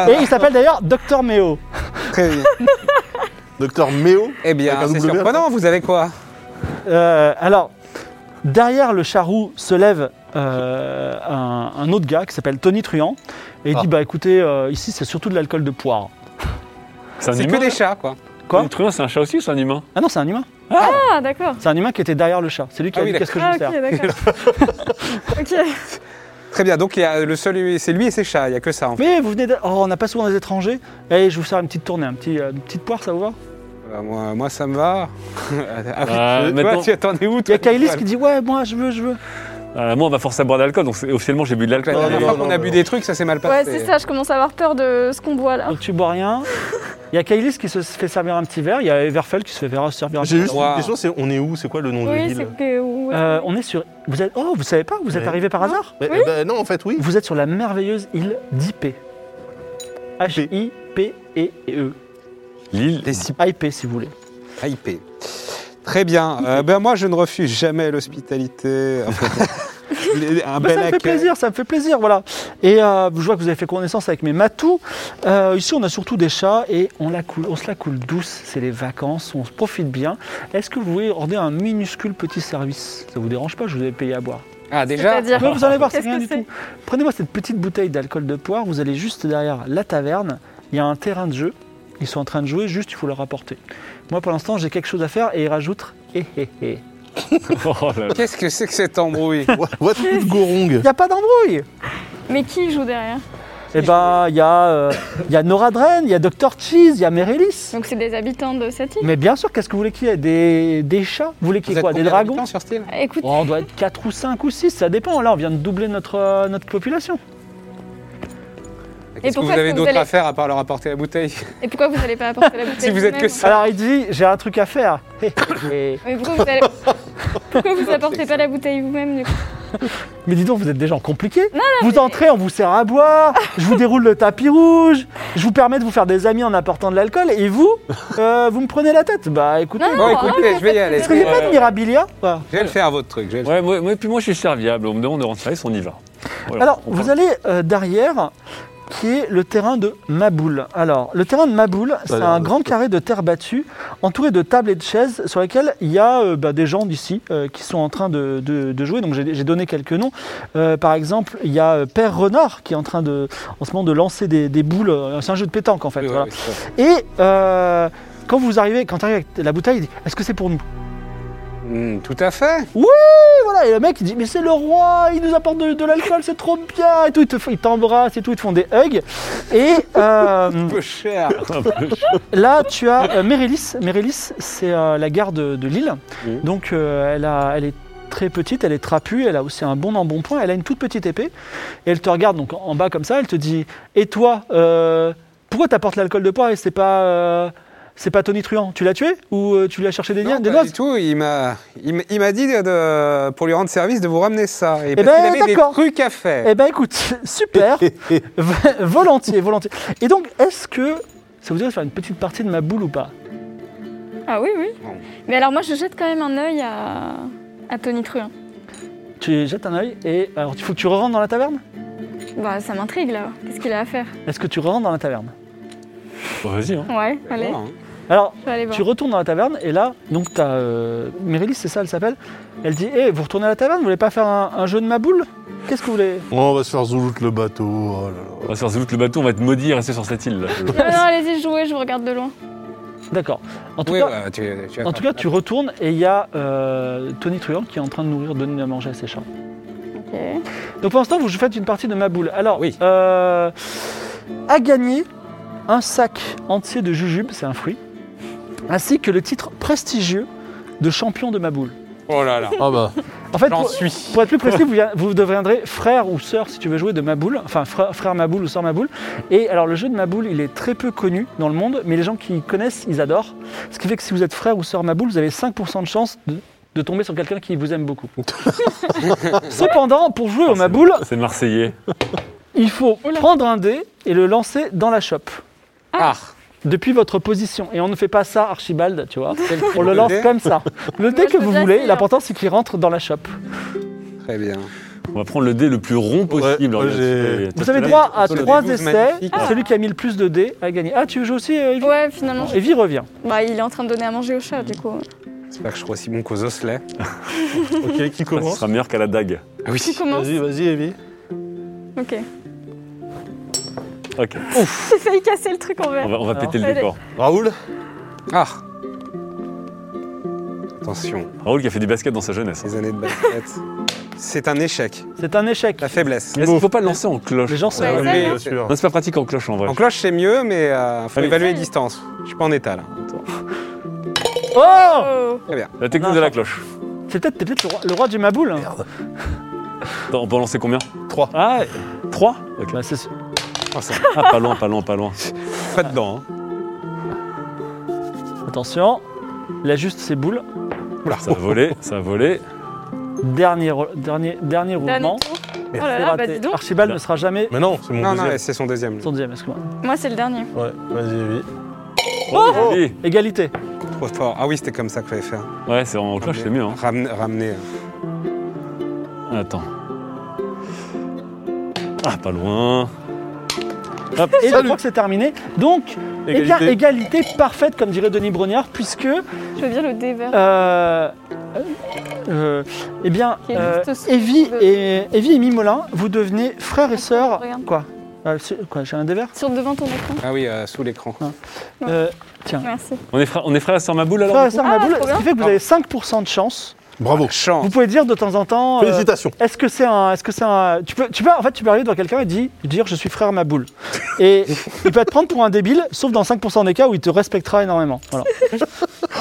Et il s'appelle d'ailleurs Docteur Méo.
Très bien.
Docteur Méo
Eh bien,
Avec un hein.
c'est
double B,
surprenant. Vous avez quoi
Euh, alors, derrière le chat roux se lève euh, un, un autre gars qui s'appelle Tony Truant. Et il
Ah.
dit Bah écoutez, euh, ici c'est surtout de l'alcool de poire.
C'est un
C'est que
humain.
des chats, quoi.
quoi
Le truand, c'est un chat aussi ou c'est un humain
Ah non, c'est un humain.
Ah, d'accord.
C'est un humain qui était derrière le chat. C'est lui qui
Ah
a
oui,
dit Qu'est-ce que je
Ah,
vous
ok,
sers
d'accord. ok.
Très bien. Donc, il y a le seul, c'est lui et ses chats. Il n'y a que ça. En fait.
Mais vous venez de... Oh, on n'a pas souvent des étrangers. Allez, je vous sers une petite tournée, un petit, euh, une petite poire, ça vous va
Euh, moi, moi, ça me va. ah, oui.
Euh,
Toi,
maintenant-
tu attendais où
Il y
toi,
a Kailis
Nicolas
qui dit Ouais, moi, je veux, je veux.
Euh, Moi, on m'a forcé à boire de l'alcool, donc c'est- officiellement, j'ai bu de
La
l'alcool.
Non,
dernière
non,
fois
non,
qu'on a
non,
bu
non.
des trucs, ça s'est mal
Ouais,
passé.
c'est ça, je commence à avoir peur de ce qu'on boit là.
Donc tu bois rien. Il y a Kailis qui se fait servir un petit verre. Il y a Everfell qui se fait faire- servir un petit
J'ai
verre.
juste
Wow.
une question, c'est on est où C'est quoi le nom de
Oui,
l'île
c'est que. où est-ce
Euh,
qu'on est
on est sur. Vous êtes... Oh, vous savez pas Vous êtes
Ouais.
arrivé par hasard
Eh, eh ben, Non en fait oui.
Vous êtes sur la merveilleuse île d'IP. H-I-P-E-E.
Lille.
Des si
IP E si vous voulez.
hypé. Très bien. Euh, ben, moi, je ne refuse jamais l'hospitalité. Les-
Ah
un
Bah,
ben,
bel
ça me fait
accueil.
plaisir, ça me fait plaisir, voilà. Et euh, je vois que vous avez fait connaissance avec mes matous. Euh, ici, on a surtout des chats et on, la coule, on se la coule douce. C'est les vacances, on se profite bien. Est-ce que vous voulez order un minuscule petit service Ça vous dérange pas Je vous ai payé à boire.
Ah, déjà.
C'est-à-dire
Ouais, vous allez voir, c'est
Qu'est-ce
rien
que
du
c'est
tout. Prenez-moi cette petite bouteille d'alcool de poire. Vous allez juste derrière la taverne. Il y a un terrain de jeu. Ils sont en train de jouer, juste il faut leur apporter. Moi, pour l'instant, j'ai quelque chose à faire et ils rajoutent. Hé hé hé.
Oh là là.
Qu'est-ce que c'est que cette embrouille
What, what Gorong
Il n'y a pas d'embrouille
Mais qui joue derrière
Eh ben, il y, a, euh, il y a Nora Dren, il y a Dr. Cheese, il y a Merylis.
Donc c'est des habitants de cette île.
Mais bien sûr, qu'est-ce que vous voulez qu'il y ait des, des chats Vous voulez qu'il y ait quoi Des dragons
sur ce île
Écoute,
Oh, On doit être 4 ou 5 ou 6, ça dépend. Là, on vient de doubler notre, euh, notre population.
Qu'est-ce que vous
pourquoi est-ce
avez
que vous
d'autre
allez-
à faire à part leur apporter la bouteille
et pourquoi vous n'allez pas apporter la bouteille
Si vous êtes que
vous-même
ça.
Alors, il dit J'ai un truc à faire. Eh, Hé, hé.
Mais pourquoi vous, allez... pourquoi vous apportez pas la bouteille vous-même du coup
mais dis donc, vous êtes des gens compliqués. vous entrez, on vous sert à boire, je vous déroule le tapis rouge, je vous permets de vous faire des amis en apportant de l'alcool, et vous, euh, vous me prenez la tête. Bah écoutez,
Non, euh, non,
Bon,
Oh,
écoutez,
ok,
je vais y aller.
est-ce qu'il n'y a pas de Mirabilia Voilà.
Je vais le faire, votre truc. je vais le
Ouais, moi, moi, puis moi, je suis serviable. On me demande de rendre service, on y va. Voilà.
Alors,
On
vous
prend-
allez euh, derrière, qui est le terrain de Maboul. Alors, le terrain de Maboul, c'est
l'air
un
de-
grand carré de terre battue, entouré de tables et de chaises, sur lesquelles il y a euh, bah, des gens d'ici euh, qui sont en train de, de- de jouer. Donc, j'ai j'ai donné quelques noms. Euh, par exemple, il y a euh, Père Renard qui est en train de, en ce moment, de lancer des, des boules. Euh, C'est un jeu de pétanque, en fait.
Ouais,
voilà.
ouais, c'est ça.
Et euh, quand vous arrivez, quand arrive avec la bouteille, il dit Est-ce que c'est pour nous
Hmm, tout à fait.
Et voilà, et le mec il dit mais c'est le roi, il nous apporte de, de l'alcool, c'est trop bien et tout, il te- il t'embrasse et tout, ils te font des hugs. Et euh,
Peu cher.
là tu as euh, Mérélis, Mérélis c'est euh, la gare de, de Lille,
Mhm.
donc euh, elle, a, elle est très petite, elle est trapue, elle a aussi un bon embonpoint, elle a une toute petite épée, et elle te regarde donc en bas comme ça, elle te dit et toi, euh, pourquoi t'apportes l'alcool de poire et c'est pas... euh, c'est pas Tony Truant, tu l'as tué ou euh, tu lui as cherché des, liens,
Non,
des
pas
noises
du tout. Il m'a, il m'a- il m'a dit de, de- pour lui rendre service de vous ramener ça. Et parce
ben,
qu'il avait des
d'accord.
trucs à faire.
Eh ben écoute, super, V- volontiers, volontiers. Et donc, est-ce que ça vous dirait de faire une petite partie de ma boule ou pas
Ah oui, oui. Mais alors moi je jette quand même un œil à, à Tony hein. Truant.
Tu jettes un œil et alors il faut que tu re-rentres dans la taverne.
Bah ça m'intrigue là. Qu'est-ce qu'il a à faire
Est-ce que tu re-rentres dans la taverne
Bon, Vas-y, hein.
Ouais, allez,
Voilà, hein.
Alors,
je vais aller voir.
tu retournes dans la taverne et là, donc t'as euh, Mérélis, c'est ça, elle s'appelle. Elle dit, hé, vous retournez à la taverne, vous voulez pas faire un, un jeu de ma boule Qu'est-ce que vous voulez
on va se faire zouloute le bateau. oh là là.
On va se faire sans doute le bateau, on va être maudit et rester sur cette île. là.
Non, non, allez-y, jouez, je vous regarde de loin.
D'accord. En tout
Oui,
cas,
ouais, tu, tu vas
En
faire-
tout cas, tu retournes et il y a euh, Tony Truant qui est en train de nourrir, donner à manger à ses chats.
Ok.
Donc pour l'instant, vous faites une partie de ma boule. Alors,
Oui.
euh, à gagner un sac entier de jujube, c'est un fruit, ainsi que le titre prestigieux de champion de ma boule.
Oh là là.
Ah bah,
En fait,
J'en
pour,
suis.
pour être plus précis, vous, vous deviendrez frère ou sœur, si tu veux jouer, de ma boule, enfin frère, frère ma boule ou sœur ma boule. Et alors, le jeu de ma boule, il est très peu connu dans le monde, mais les gens qui connaissent, ils adorent. Ce qui fait que si vous êtes frère ou sœur ma boule, vous avez 5% de chance de, de tomber sur quelqu'un qui vous aime beaucoup. Cependant, pour jouer au ma boule,
C'est le Marseillais.
il faut prendre un dé et le lancer dans la chope.
Ah,
Depuis votre position. Et on ne fait pas ça, Archibald, tu vois.
quel
On le
type
lance
de dé.
comme ça. Le dé
Moi, je
que
peux
vous
déjà
voulez,
essayer,
l'important c'est qu'il rentre dans la chope.
Très bien.
On va prendre le dé le plus rond possible.
Ouais,
regarde,
j'ai-
c'est-
Vous avez
t'as-
droit à
sur le
trois
dé. Douze
essais.
magnifiques.
Celui qui a mis le plus de dés a gagné. Ah, tu joues aussi, euh, Evie
Ouais, finalement, je-
Evie revient.
bah, il est en train de donner à manger au chat du coup.
C'est pas que je sois aussi bon qu'aux osselets.
ok, qui
Ce
commence
sera meilleur qu'à la dague.
Ah oui.
Tu commences
Vas-y, vas-y, Evie.
Ok.
Ok,
J'ai failli casser le truc en
on
verre.
va, on va
Alors.
péter le
Allez.
décor.
Raoul
Ah. Attention,
Raoul qui a fait du basket dans sa jeunesse. hein.
les années de basket. C'est un échec.
C'est un échec.
La faiblesse.
Est-ce qu'il faut pas le lancer en cloche
Les gens sont.
Ouais,
Euh,
ça,
mais-
non
Bien sûr.
Non, c'est pas pratique en cloche en vrai.
En cloche, c'est mieux, mais euh, faut
Allez.
évaluer les distances. Je suis pas en état là.
Oh
Oh.
La technique
Non,
de la
ça-
cloche.
C'est peut-être t'es peut-être le, roi- le roi du Maboul. hein.
Attends, on peut en lancer combien
3.
Ah,
3 Ok.
bah, c'est-
Oh, ça,
Ah, pas loin, pas loin, pas loin.
pas dedans. hein.
attention. Il ajuste ses boules.
Ça a volé, ça a volé.
Dernier, ro- dernier, dernier
Dernier
roulement.
tour. Oh
C'est
là là, bah
raté.
dis donc.
Archibald ne sera jamais
Mais non, c'est mon
Non, non,
deuxième.
mais c'est son deuxième.
son deuxième, excuse-moi.
Moi, c'est le dernier.
Ouais, vas-y, Evie.
Oh, joli.
Égalité.
Trop fort. Ah oui, c'était comme ça qu'il fallait faire.
Ouais, c'est en cloche, c'est mieux. Hein.
Ramener. ramener. euh.
Attends. Ah, pas loin. Hop.
Et je crois que c'est terminé. Donc, égalité.
Égalité.
égalité parfaite, comme dirait Denis Brognard, puisque
Je veux dire le dé vert.
Euh, euh, eh bien,
Qui est
euh,
juste sous
Evie,
le-
et, Evie et Mimolin, vous devenez frères et
Attends,
sœurs.
regarde.
Quoi Euh, c'est- Quoi J'ai un dévers
Sur devant ton écran.
Ah oui, euh, sous l'écran.
Euh,
Merci.
On est frères, on est frères et sœurs Maboule alors
Frères et sœurs
Ah,
Maboul,
trop
ce qui
bien.
fait que vous avez 5% de chance
Bravo.
Chance.
Vous pouvez dire de temps en temps. euh,
Félicitations.
Est-ce que c'est un, est-ce que c'est un, tu peux, tu peux, en fait, tu peux arriver devant quelqu'un et dis- dire je suis frère Maboul. Et il peut te prendre pour un débile, sauf dans 5% des cas où il te respectera énormément. Voilà.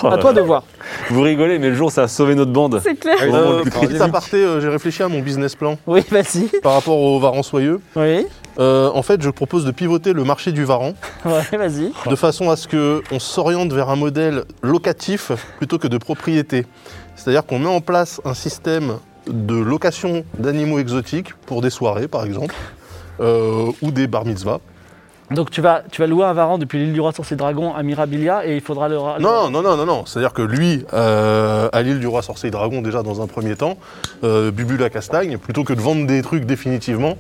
Oh,
À toi de voir.
Vous rigolez, mais le jour, ça a sauvé notre bande.
C'est
Ah
clair.
Vraiment,
Euh,
le plus
petit
dynamique.
aparté, euh, j'ai réfléchi à mon business plan
Oui, vas-y.
par rapport au Varan soyeux.
Oui.
Euh, en fait, je propose de pivoter le marché du Varan
Ouais, vas-y.
de façon à ce qu'on s'oriente vers un modèle locatif plutôt que de propriété. C'est-à-dire qu'on met en place un système de location d'animaux exotiques pour des soirées, par exemple, euh, ou des bar mitzvahs.
Donc tu vas, tu vas louer un varan depuis l'île du roi sur ses dragons à Mirabilia et il faudra le. ra-
Non, non, non, non, non. C'est-à-dire que lui, euh, à l'île du roi sorcier et dragon, déjà dans un premier temps, euh, Bubu la castagne, plutôt que de vendre des trucs définitivement,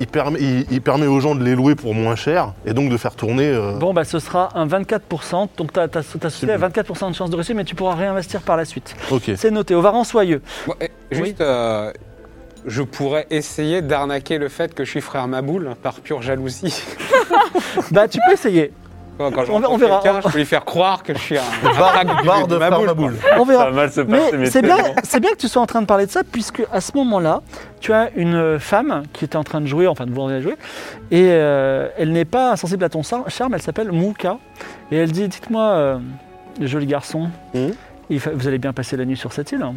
il permet, il, il permet aux gens de les louer pour moins cher et donc de faire tourner. euh,
Bon, bah ce sera un 24%. Donc tu as, à 24% de chance de réussir, mais tu pourras réinvestir par la suite.
Ok.
C'est noté, au varan soyeux.
Moi, eh, Juste, euh, je pourrais essayer d'arnaquer le fait que je suis frère Maboul par pure jalousie.
Bah tu peux essayer.
Quand quand je
On- on
rencontre
verra.
quelqu'un, je peux lui faire croire que je suis un
Barre barre de
Ah, Ma
faire
boule,
ma boule.
On
Ça va
verra.
mal se passer, mais,
Mais c'est bien,
tellement.
c'est bien que tu sois en train de parler de ça, puisque à ce moment-là, tu as une femme qui était en train de jouer, enfin de vouloir jouer, et euh, elle n'est pas insensible à ton sar- charme, elle s'appelle Mouka, et elle dit Dites-moi, euh, joli garçon,
Mhm.
il fa- vous allez bien passer la nuit sur cette île, hein.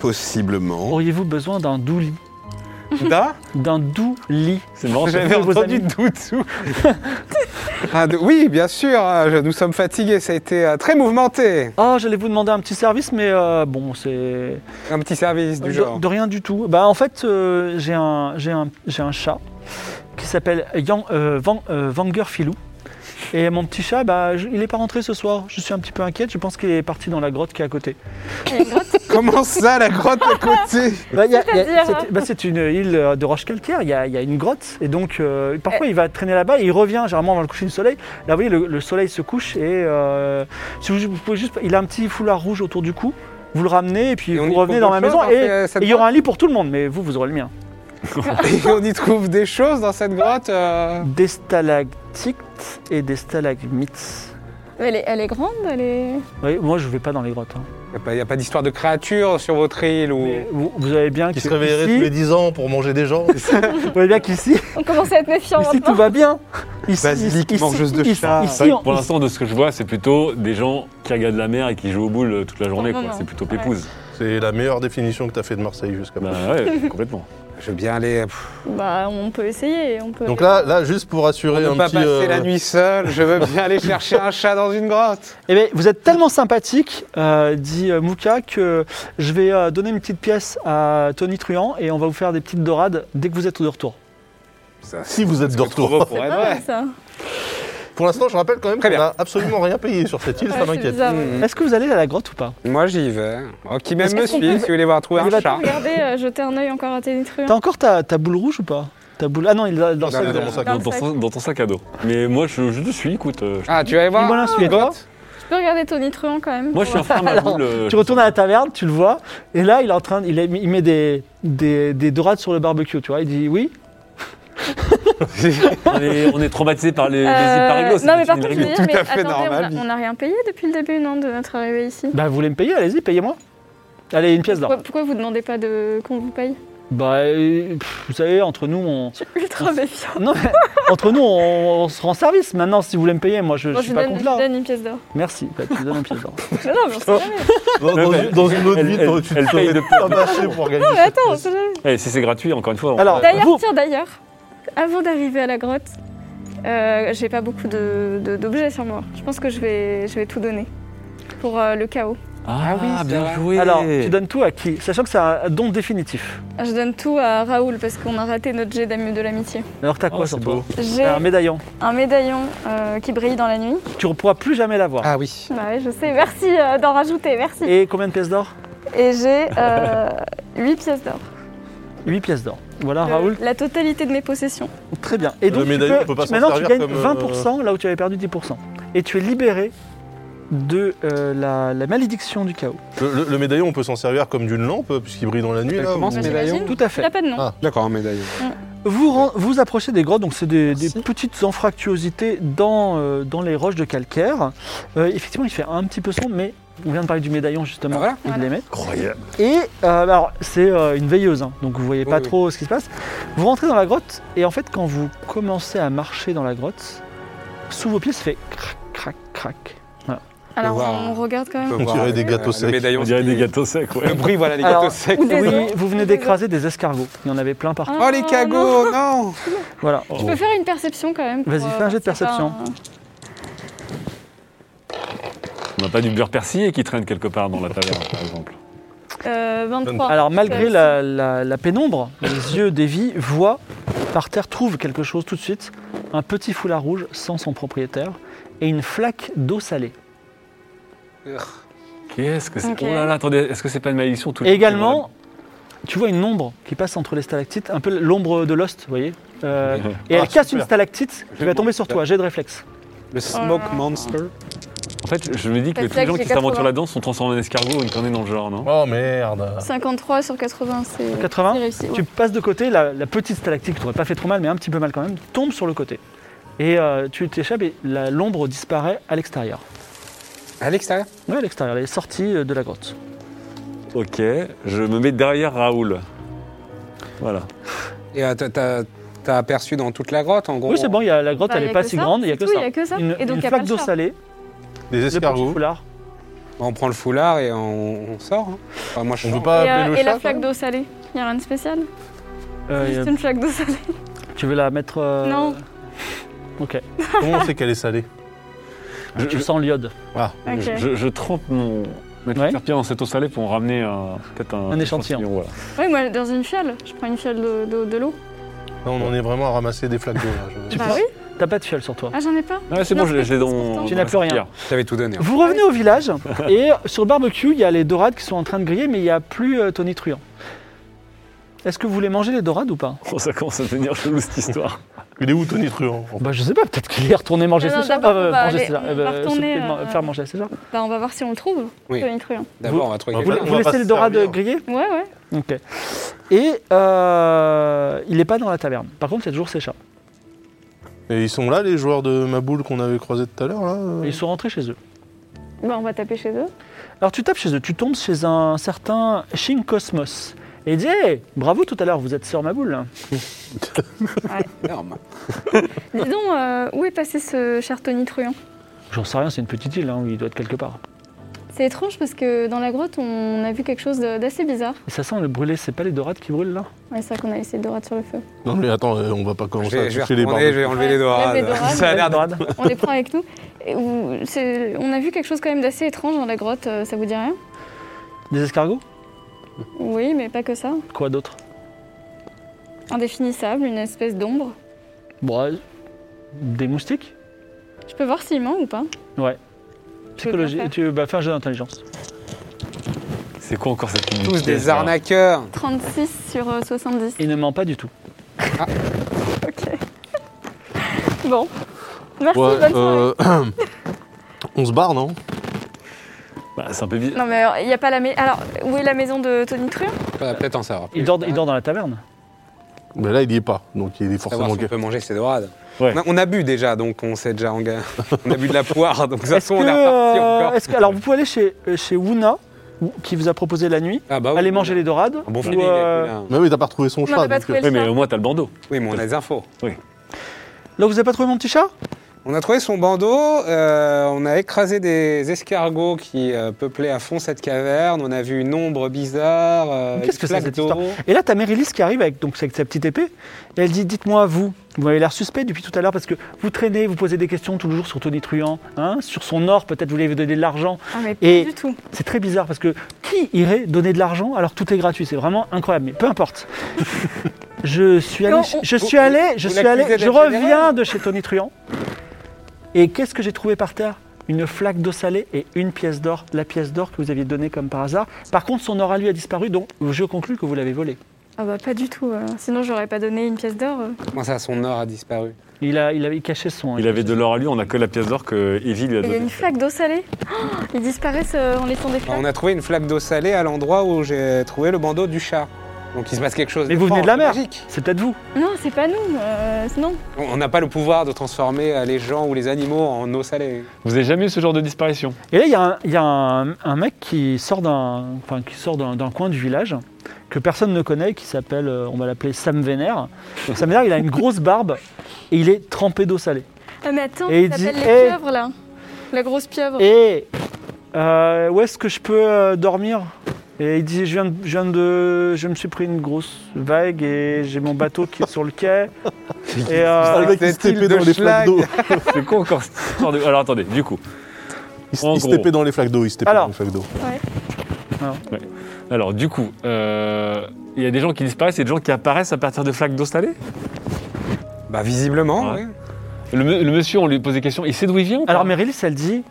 Possiblement.
auriez-vous besoin d'un doux lit
Da
D'un doux lit
C'est marrant.
J'avais
fait vos
entendu
amis.
Doudou. Ah, de- oui, bien sûr, hein, je- nous sommes fatigués, ça a été euh, très mouvementé.
Oh, j'allais vous demander un petit service, mais euh, bon, c'est.
Un petit service
De-
du genre.
De rien du tout. Bah, en fait, euh, j'ai un, j'ai un, j'ai un chat qui s'appelle Yang, euh, Van- euh, Vanger Filou. Et mon petit chat, bah, je- il n'est pas rentré ce soir. Je suis un petit peu inquiète. Je pense qu'il est parti dans la grotte qui est à côté.
Comment ça, la grotte à côté
Bah, il y a- il y a-
C'est-à-dire
c'est- bah, c'est une île euh, de roche calcaire. Il y a, il y a une grotte. Et donc, euh, parfois, il va traîner là-bas. Et il revient généralement avant le coucher du soleil. Là, vous voyez, le, le soleil se couche. Et euh, si vous, vous pouvez juste. Il a un petit foulard rouge autour du cou. Vous le ramenez. Et puis,
Et on y
vous revenez
trouve
dans ma
autre
maison.
chose,
Et
hein, c'est-
et il y aura un lit pour tout le monde. Mais vous, vous aurez le mien.
Et on y trouve des choses dans cette grotte euh,
Des stalactites et des stalagmites.
Elle est, elle est grande, elle est.
Oui, moi je vais pas dans les grottes. hein.
y a pas- Y a pas, d'histoire de créatures sur votre île ou...
Mais Vous, vous avez bien
Qui
qu'ici,
se réveillerait tous les 10 ans pour manger des gens.
vous voyez bien qu'ici,
On commence à être méfiant
ici
maintenant.
tout va bien. Ici,
Basilic, mangeuse de chat.
C'est vrai
ici,
que pour
on-
l'instant, de ce que je vois, c'est plutôt des gens qui regardent la mer et qui jouent aux boules euh, toute la journée.
Pour le
quoi.
moment.
C'est plutôt
Ouais.
pépouze.
C'est la meilleure définition que tu as fait de Marseille jusqu'à maintenant.
Bah ouais, complètement.
Je veux bien aller pff,
Bah, on peut essayer. On peut
Donc là, là, juste pour assurer
ne
un
pas
petit.
passer
euh,
la nuit seul, je veux bien aller chercher un chat dans une grotte.
Eh bien, vous êtes tellement sympathique, euh, dit euh, Mouka, que je vais euh, donner une petite pièce à Tony Truant et on va vous faire des petites dorades dès que vous êtes de retour.
Si vous êtes de retour.
Pour
C'est
être
pas mal,
vrai.
ça.
Pour l'instant, je rappelle quand même qu'on
Très bien.
n'a absolument rien payé sur cette île,
Ouais,
ça
Ah, c'est
m'inquiète. Mm.
bizarre, ouais.
Est-ce que vous allez à la grotte ou pas
Moi j'y vais. Oh, qui même
Est-ce
me
qu'on
suit,
peut-
si vous voulez voir trouver
On y
un
va
chat.
Regardez, euh, jeter un œil encore à Ténétruant.
T'as encore ta, ta boule rouge ou pas Ta boule. Ah non, il est dans le
Ça,
sac
c'est
de-
dans mon sac.
Dans
Dans
le
ton,
sac.
dans ton sac à dos. Mais moi, je, je te suis, écoute. euh, je-
Ah, tu vas aller voir
Limolin, suis-toi.
grotte
Je peux regarder Tonitruant quand même.
Moi, je suis un frère
Alors,
Maboule. euh,
Tu retournes à la taverne, tu le vois, et là, il est en train, il, est- il met des, des, des dorades sur le barbecue, tu vois. Il dit oui.
on est, on est traumatisé par les, les
Euh,
hyperégos, c'est
non, mais par
une
contre, je veux
règle.
dire,
Tout
mais
à fait
attendez, on
normal.
a- on n'a rien payé depuis le début, non, de notre arrivée ici.
Bah, vous voulez me payer Allez-y, payez-moi. Allez, une pièce d'or.
Pourquoi, pourquoi vous demandez pas de qu'on vous paye
Bah, euh, pff, vous savez, entre nous, on.
Je suis ultra méfiant.
Non, mais entre nous, on, on se rend service. Maintenant, si vous voulez me payer, moi, je, je
Bon, je,
suis
vous
pas
donne,
contre
je
là.
vous donne une pièce d'or.
Merci. Bah, tu donnes une pièce d'or.
Mais non, mais on sait jamais.
Dans,
Ouais,
dans
ouais.
une- dans une autre
Elle-
ville,
elle-
t'aurais- tu
elle
te
paye
serais
de perdre.
tabasser pour gagner.
Non, mais attends, on sait jamais.
Eh, si c'est gratuit, encore une fois. on-
Alors,
D'ailleurs,
Ah, vous-
tiens, d'ailleurs, avant d'arriver à la grotte, euh, j'ai pas beaucoup de- de- d'objets sur moi. Je pense que je vais, je vais tout donner pour euh, le chaos.
Ah,
Ah oui, c'est
bien
vrai.
joué.
Alors, tu donnes tout à qui Sachant que c'est un don définitif.
Je donne tout à Raoul parce qu'on a raté notre jet d'amour de l'amitié.
Alors, t'as
Oh,
quoi sur
c'est
toi
beau.
J'ai
Un médaillon.
un médaillon euh, qui brille dans la nuit.
Tu ne pourras plus jamais l'avoir.
Ah oui.
Bah ouais, je sais, merci euh, d'en rajouter, merci.
Et combien de pièces d'or
Et j'ai 8 pièces d'or.
8 pièces d'or. Voilà,
Le-
Ah, Raoul.
La totalité de mes possessions.
Très bien. Et donc,
Le
tu
médaillon,
peux-
on peut pas
tu-
s'en
maintenant, tu
servir
gagnes
comme, euh,
20% là où tu avais perdu 10%. Et tu es libéré de euh, la, la malédiction du chaos.
Le, le- le médaillon, on peut s'en servir comme d'une lampe, puisqu'il brille dans la nuit.
Elle
Là,
commence
ou-
Bah,
médaillon
j'imagine.
Tout à
Il
fait.
n'a pas de nom.
Ah.
D'accord, un médaillon.
Vous ren- vous approchez des grottes, donc c'est des, des
Merci.
petites anfractuosités dans, euh, dans les roches de calcaire. Euh, effectivement, il fait un petit peu sombre, mais On vient de parler du médaillon justement,
Ah, voilà.
et de
Voilà.
l'émettre.
Incroyable.
Et euh, bah, alors, c'est euh, une veilleuse, hein, donc vous voyez pas
Oui, oui.
trop ce qui se passe. Vous rentrez dans la grotte, et en fait, quand vous commencez à marcher dans la grotte, sous vos pieds, ça fait crac, crac, crac.
Alors
voir.
on regarde quand
peut
même.
voir
dirait
avec,
des
euh,
gâteaux
Le
secs.
médaillon
On dirait des gâteaux secs, ouais.
Le bruit, voilà, les
Alors,
gâteaux secs.
Ou des
Oui,
œufs.
vous venez
Des
d'écraser des escargots. Il y en avait plein partout.
Oh, les
cagos
cagots, non
Ah.
Voilà.
Je peux faire une perception quand même. pour,
Vas-y,
euh,
fais un jet de
voir si c'est pas
perception.
un-
On n'a pas du beurre persillé qui traîne quelque part dans la taverne, par exemple.
Euh, 23.
Alors, malgré la, la- la pénombre, les yeux d'Evie voient par terre, trouvent quelque chose tout de suite. Un petit foulard rouge sans son propriétaire et une flaque d'eau salée.
Qu'est-ce que c'est
Ok.
Oh là là, attendez, est-ce que c'est pas une malédiction tout
Et également, tu vois une ombre qui passe entre les stalactites, un peu l'ombre de Lost, vous voyez Euh, Et elle
Ah,
casse
super.
une stalactite qui va tomber sur toi, jet de réflexe.
Le
Oh.
smoke monster.
En fait, je me dis que
Parce
tous les
que
gens
j'ai
qui s'aventurent
80.
là-dedans sont transformés en escargots ou une connerie dans le genre, non
Oh merde
53 sur 80, c'est.
80,
c'est réussi, ouais.
Tu passes de côté, la, la petite stalactite qui t'aurait pas fait trop mal, mais un petit peu mal quand même, tombe sur le côté. Et euh, tu t'échappes et la- l'ombre disparaît à l'extérieur.
À l'extérieur
Oui, à l'extérieur, elle est sortie euh, de la grotte.
Ok, je me mets derrière Raoul. Voilà.
Et euh, t'as- t'as t'as aperçu dans toute la grotte, en gros
Oui, c'est bon, il y a, la grotte,
Enfin,
elle
il
n'est pas
Bah, y a que
si
ça,
grande, il n'y a
c'est
que
tout,
ça.
il y a que ça.
Une,
Et
une
donc, il y a pas
flaque
le
d'eau
chat.
salée,
Des
le petit
escargots.
foulard.
On prend le foulard et on, on sort. hein. Enfin, moi, je
On
sors.
Ah,
veut pas
et euh,
appeler le
et
chat
la flaque d'eau salée. Il a rien de spécial.
Euh,
Juste une flaque d'eau salée.
tu veux la mettre. euh,
Non.
Ok.
Comment on sait qu'elle est salée
Je,
Tu
je,
sens l'iode.
Ah,
Ok.
je- je trempe mon. Ma
Ouais.
petite serpillère dans cette eau salée pour en ramener un- peut-être un,
Un échantillon.
voilà.
Oui, moi dans une fiole. Je prends une fiole de, de, de l'eau.
là, on en est vraiment à ramasser des flaques d'eau. là, je-
Tu
Bah
penses-
oui.
T'as pas de fiole sur toi.
Ah, j'en ai pas.
Ah ouais, c'est
Non,
bon, je l'ai je l'ai
c'est
dans.
pourtant.
Tu
dans
n'as
la
plus rien.
serpillière.
Je t'avais tout donné. hein.
Vous revenez au village et sur le barbecue, il y a les dorades qui sont en train de griller, mais il n'y a plus euh, Tony Truant. Est-ce que vous voulez manger les dorades ou pas
Oh, ça commence à devenir chelou cette histoire.
Il est où Tony Truant
Bah je sais pas, peut-être qu'il est retourné manger
Non,
ses
non,
chats.
d'abord,
euh,
on va
manger
aller-
ses chats,
on
euh,
va
se-
retourner,
ma-
euh,
Faire manger ses chats. Vous-
Bah, on va voir si on le trouve.
Oui.
Tony Truant.
D'abord, on va trouver
Vous-
quelqu'un.
on
Vous
va
laissez
pas
les
se
dorades
servir.
griller
Ouais, ouais.
Ok. Et euh, il n'est pas dans la taverne. Par contre, il y a toujours ses chats.
Et ils sont là, les joueurs de ma boule qu'on avait croisés tout à l'heure, là
Et Ils sont rentrés chez eux.
Bah, on va taper chez eux.
Alors tu tapes chez eux, tu tombes chez un certain Shin Cosmos. Et il dit Hey, bravo tout à l'heure, vous êtes sur ma boule.
Énorme.
Dis donc, euh, où est passé ce cher Tony Truant
J'en sais rien, c'est une petite île hein, où il doit être quelque part.
C'est étrange parce que dans la grotte, on a vu quelque chose de- d'assez bizarre.
Et ça sent le brûlé, c'est pas les dorades qui brûlent là
Ouais, c'est vrai qu'on a laissé le dorade sur le feu.
Non, mais attends, euh, on va pas
Je
commencer
vais, je
à
vais
toucher les
retourner, je vais
barres.
enlever
Ouais,
les
enlève les
dorades.
dorades.
Ça a l'air
Les
d'être...
dorades.
On les prend avec nous. Et où- c'est- on a vu quelque chose quand même d'assez étrange dans la grotte, euh, ça vous dit rien
Des escargots
Oui, mais pas que ça.
Quoi d'autre
Indéfinissable, une espèce d'ombre.
Bon, euh, des moustiques
Je peux voir s'il ment ou pas
Psychologie.
faire.
Tu vas faire un jeu d'intelligence.
C'est quoi encore cette petite
Tous
pièce,
des
là
arnaqueurs.
36 sur euh, 70.
Il ne ment pas du tout.
Ok. bon. Merci,
Ouais,
bonne soirée.
euh, on se barre, non
Bah, C'est un peu bizarre.
Non, mais il n'y a pas la maison. Alors, où est la maison de Tony Truant
Faudra peut-être en savoir.
Il dort, il dort dans la taverne.
Mais là, il y est pas, donc il est
Savoir
forcément
si on
gay.
peut manger ces dorades.
Ouais.
On, a, on a bu déjà, donc on s'est déjà engagé. On a bu de la poire, donc de toute
Est-ce
façon,
que,
on est reparti
euh,
encore.
est-ce que- alors vous pouvez aller chez, euh, chez Wuna, ou- qui vous a proposé la nuit,
Ah bah oui.
aller manger les dorades.
Un bon
ou,
feeling. avec
euh,
lui, là.
Mais oui, t'as pas retrouvé son
Non, on
chat.
n'a pas
donc, euh,
trouvé
Oui,
le
mais
chat.
au moins t'as le bandeau.
Oui, mais on a les infos.
Là vous avez pas trouvé mon petit chat
On a trouvé son bandeau, euh, on a écrasé des escargots qui euh, peuplaient à fond cette caverne, on a vu une ombre bizarre, euh,
Mais qu'est-ce
une
que c'est,
flaque
cette
d'eau.
histoire Et là, ta Mérilis qui arrive avec, donc, avec sa petite épée, et elle dit Dites-moi, vous, vous avez l'air suspect depuis tout à l'heure parce que vous traînez, vous posez des questions tout le jour sur Tony Truant, hein, sur son or, peut-être vous lui avez donné de l'argent.
Ah, mais pas
Et-
du tout.
C'est très bizarre parce que qui irait donner de l'argent alors que tout est gratuit C'est vraiment incroyable, mais peu importe. je suis allé,
Non, on-
je
vous-
suis allé, je
vous
suis allé,
l'accusez
je
d'être
reviens
généreux.
de chez Tony Truant. Et qu'est-ce que j'ai trouvé par terre Une flaque d'eau salée et une pièce d'or, la pièce d'or que vous aviez donnée comme par hasard. Par contre, son or à lui a disparu, donc je conclus que vous l'avez volé.
Ah, bah, pas du tout. euh. Sinon, j'aurais pas donné une pièce d'or. euh.
Comment ça, son or a disparu
Il, a, il avait caché son.
Il avait de l'or à lui, on a que la pièce d'or que Evie lui a
Et Il y a une
donnée.
flaque d'eau salée. Oh, ils disparaissent euh, en laissant des
Enfin,
flaques.
On a trouvé une flaque d'eau salée à l'endroit où j'ai trouvé le bandeau du chat. Donc il se passe quelque chose.
Mais vous venez de la mer.
Oh, Magique.
C'est peut-être vous.
Non, c'est pas nous. euh, non.
On on n'a pas le pouvoir de transformer euh, les gens ou les animaux en eau salée.
Vous n'avez jamais eu ce genre de disparition
Et là, il y a un, il y a un- un mec qui sort d'un enfin, qui sort d'un- d'un coin du village que personne ne connaît, qui s'appelle, euh, on va l'appeler Sam Vénère. Sam Vénère, il a une grosse barbe et il est trempé d'eau salée.
Ah, mais attends,
Et
ça
il dit,
s'appelle les
Eh.
pieuvres là. La grosse pieuvre.
Et euh, où est-ce que je peux euh, dormir Et il dit, je viens, de, je viens de- je me suis pris une grosse vague et j'ai mon bateau qui est sur le quai. Et
Ah,
euh,
le mec, il se
cette île
tapait
de
dans les flaques
Schlag.
d'eau.
C'est quoi encore cette histoire de- Alors attendez, du coup.
Il se
En
il se
gros.
tapait dans les flaques d'eau. Il se tapait
Alors.
dans les flaques d'eau.
Alors du coup, euh, il y a des gens qui disparaissent et des gens qui apparaissent à partir de flaques d'eau salée
Bah visiblement,
Ouais.
oui.
le, me- le monsieur, on lui pose des questions. Il sait d'où il vient ou pas
alors Merylis, elle dit,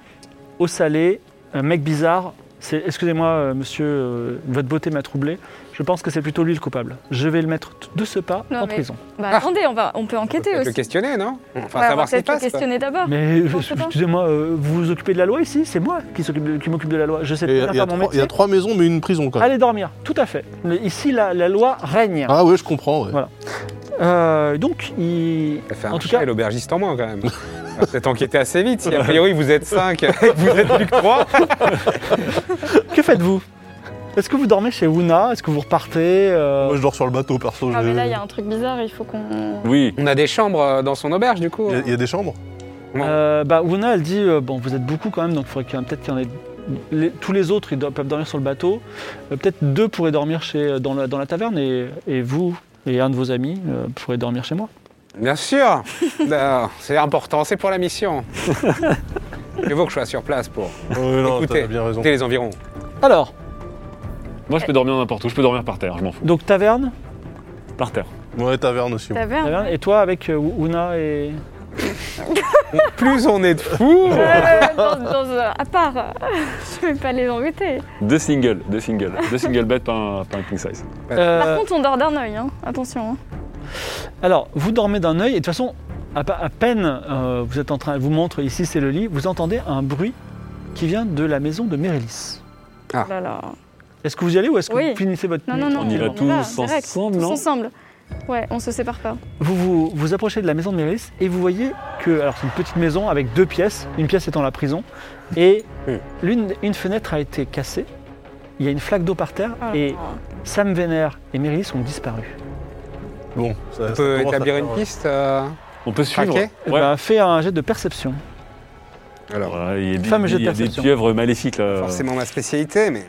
au salé, un mec bizarre. C'est, excusez-moi, euh, monsieur, euh, votre beauté m'a troublé. Je pense que c'est plutôt lui le coupable. Je vais le mettre t- de ce pas
Non,
en
mais-
prison.
Bah attendez, on, va, on peut enquêter
Peut-être le
aussi.
questionner, non Enfin,
Ouais, on va
savoir ce qui se
peut-être le
passe. quoi.
questionner d'abord.
Mais euh,
pense pas.
excusez-moi, euh, vous vous occupez de la loi ici C'est moi qui, s'occupe de- qui m'occupe de la loi. Je sais
Et Il y,
très bien
a- il y a
faire mon
trois- il
métier.
y a trois maisons, mais une prison quand même.
Allez dormir, tout à fait. Le- ici, la, la loi règne.
Ah ouais, je comprends. ouais.
Voilà. Euh, donc, il...
Ça fait un
en tout
chat
cas,
et l'aubergiste en moins quand même. On va Peut-être enquêter assez vite. Si a priori vous êtes 5 vous êtes plus que 3.
que faites-vous Est-ce que vous dormez chez Ouna Est-ce que vous repartez euh,
Moi, je dors sur le bateau, perso.
Ah,
j'ai-
mais là, il y a un truc bizarre, il faut qu'on.
Oui.
On a des chambres euh, dans son auberge du coup.
il y a- il y a des chambres
euh, bah, Ouna, elle dit euh, bon, vous êtes beaucoup quand même, donc il faudrait qu'il y en- peut-être qu'il y en ait. les- tous les autres ils do- peuvent dormir sur le bateau. Euh, peut-être deux pourraient dormir chez, euh, dans, la, dans la taverne et, et vous et un de vos amis euh, pourraient dormir chez moi.
Bien sûr. Non, c'est important, c'est pour la mission. Il faut que je sois sur place pour
Ouais, non,
Écoutez.
t'as bien raison.
écouter les environs.
Alors,
Moi, je peux dormir n'importe où. Je peux dormir par terre. Je m'en fous.
donc taverne,
Par terre.
Ouais, taverne aussi.
Taverne.
taverne et toi avec euh, Ouna et.
Plus on est de fous.
Euh, dans, dans, un- à part, je vais pas les embêter.
Deux singles, deux singles, deux single beds, pas un, pas un king size.
Par
Euh,
contre, on dort d'un œil, hein. attention. hein.
Alors, vous dormez d'un œil et de toute façon, à, pa- à peine euh, vous êtes en train, elle vous montre ici c'est le lit, vous entendez un bruit qui vient de la maison de Mérélis.
Ah.
Là, là.
Est-ce que vous y allez ou est-ce que
Oui.
vous finissez votre
Non,
nuit
non, non.
On y va tous
direct,
ensemble,
tous
non
ensemble. Ouais, on se sépare pas.
Vous, vous vous approchez de la maison de Mérélis et vous voyez que alors c'est une petite maison avec deux pièces, une pièce étant la prison et
Hmm.
l'une une fenêtre a été cassée. Il y a une flaque d'eau par terre
Ah,
et Sam Vénère et Mérélis ont disparu.
Bon, ça,
On
ça
peut
commence à
établir
faire,
une
euh,
piste. euh,
On peut suivre.
Traqué
Eh
Ouais.
ben, fais un jet de perception.
Euh,
Alors,
Voilà, il y a des,
Fameux jeu de
il y a des
perception.
pieuvres maléfiques là.
forcément ma spécialité, mais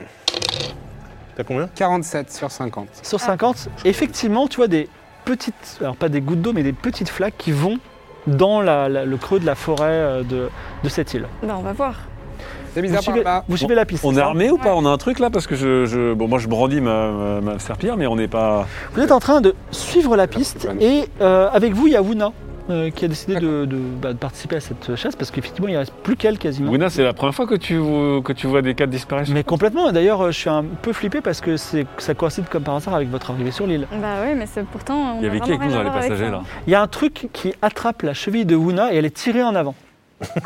T'as combien Ah,
47 sur 50.
Sur 50, effectivement, tu vois des petites, alors pas des gouttes d'eau, mais des petites flaques qui vont dans la- la- le creux de la forêt euh, de, de cette île.
Bah, on va voir.
C'est
Vous
bizarre par
suivez,
là.
vous suivez la piste.
On
c'est
est
ça
armé ou pas On a un truc là parce que je, je- bon moi je brandis ma, ma, ma serpillère mais on n'est pas.
Vous êtes en train de suivre la piste et euh, avec vous, il y a Wuna euh, qui a décidé de, de- bah, de participer à cette chasse parce qu'effectivement, il ne reste plus qu'elle quasiment.
Wina, c'est la première fois que tu que tu vois des cas de disparition.
Mais complètement, Et d'ailleurs, euh, je suis un peu flippé parce que c'est- ça coïncide comme par hasard avec votre arrivée sur l'île.
Bah, ouais, mais c'est pourtant. On
Il y avait qui
vraiment
avec nous
rien
dans
à
les
voir avec
passagers
ça.
là
Il y a un truc qui attrape la cheville de Wuna et elle est tirée en avant.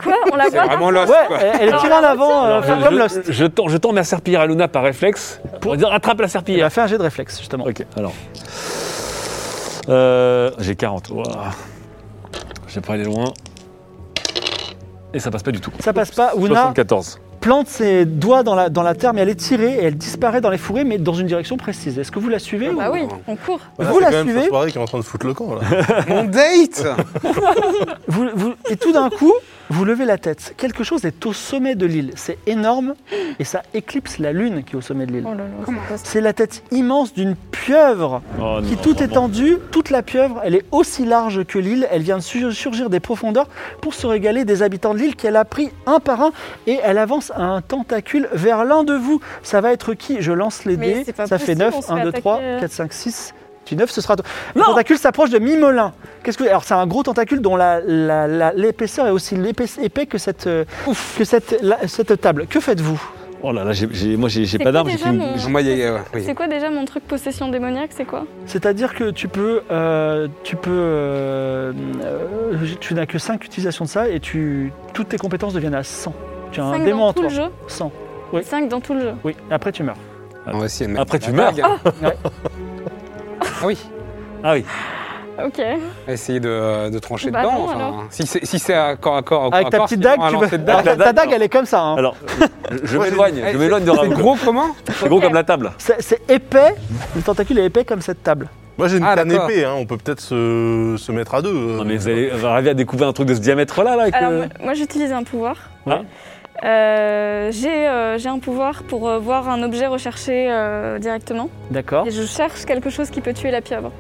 Quoi On la
Ah, C'est
voit
vraiment lost,
Ouais,
quoi.
elle, elle est tirée en avant, euh,
Alors,
comme
je,
Lost.
je, tends, je tends ma serpillère à Luna par réflexe pour dire attrape la
Elle
serpillère.
a fait un jet de réflexe, justement.
Ok, alors. Euh, J'ai 40. Ouah. J'ai pas aller loin. Et ça passe pas du tout.
Ça passe pas. Ouna
74.
plante ses doigts dans la, dans la terre, mais elle est tirée et elle disparaît dans les fourrés, mais dans une direction précise. Est-ce que vous la
Eh,
suivez ou-
Bah, oui, on court.
Voilà,
Vous
Ah, c'est
la
quand même
suivez
sa soirée qui est en train de foutre le camp là.
Mon date
vous- vous- Et tout d'un coup, vous levez la tête. Quelque chose est au sommet de l'île. C'est énorme et ça éclipse la lune qui est au sommet de l'île.
Oh là là, c'est pas ça.
C'est la tête immense d'une pieuvre
Oh
qui,
non,
tout
vraiment.
étendue, toute la pieuvre, elle est aussi large que l'île. Elle vient de sur- surgir des profondeurs pour se régaler des habitants de l'île qu'elle a pris un par un et elle avance à un tentacule vers l'un de vous. Ça va être qui Je lance les
Mais
dés.
c'est pas
Ça fait
possible,
9,
on se
1,
fait
2, 3,
attaquer, euh.
4, 5, 6. Puis 9, ce sera. toi. Le tentacule s'approche de Mimolin. Qu'est-ce que Alors, c'est un gros tentacule dont la- la- la- l'épaisseur est aussi l'épaisse- épais que cette, euh, que cette, la- cette table. Que faites-vous
Oh là là, j'ai- j'ai- moi j'ai j'ai
C'est
pas
quoi
d'arme. j'ai
déjà
qu'une-
mon-
j'ai-
Moi, il y a- euh, oui.
C'est quoi déjà mon truc possession démoniaque C'est quoi
C'est-à-dire que tu peux, euh, tu peux, euh, euh, tu n'as que 5 utilisations de ça et tu, toutes tes compétences deviennent à 100. Tu as un
5
démon
dans
en
tout
toi.
le jeu
100. Oui.
5 dans tout le jeu.
Oui. Après tu meurs.
On va essayer de mettre
Après,
la
tu meurs.
bague. Ah oui,
Ah oui.
Ok.
essayer de, de trancher
Bah
dedans.
non,
enfin,
alors.
si c'est si c'est à corps à corps, au corps
Avec
à
ta
corps,
petite
c'est
dague,
vraiment un
tu
lancer
vas-
de dague.
la
ta
dague,
dague,
non.
elle est comme ça. hein.
Alors, je- je m'éloigne.
Eh,
Je m'éloigne de
C'est
Rambo.
gros comment
C'est gros comme la table.
C'est c'est épais, le tentacule est épais comme cette table.
Moi j'ai une
Ah,
canne
d'accord.
épée, hein, on peut peut-être se, se mettre à deux. euh.
Non, mais vous allez vous arriver à découvrir un truc de ce diamètre-là, là, avec
Alors,
le-
moi- moi, j'utilise un pouvoir.
Ouais.
Euh, j'ai euh, j'ai un pouvoir pour euh, voir un objet recherché euh, directement.
D'accord.
Oh.
Et je cherche quelque chose qui peut tuer la pieuvre.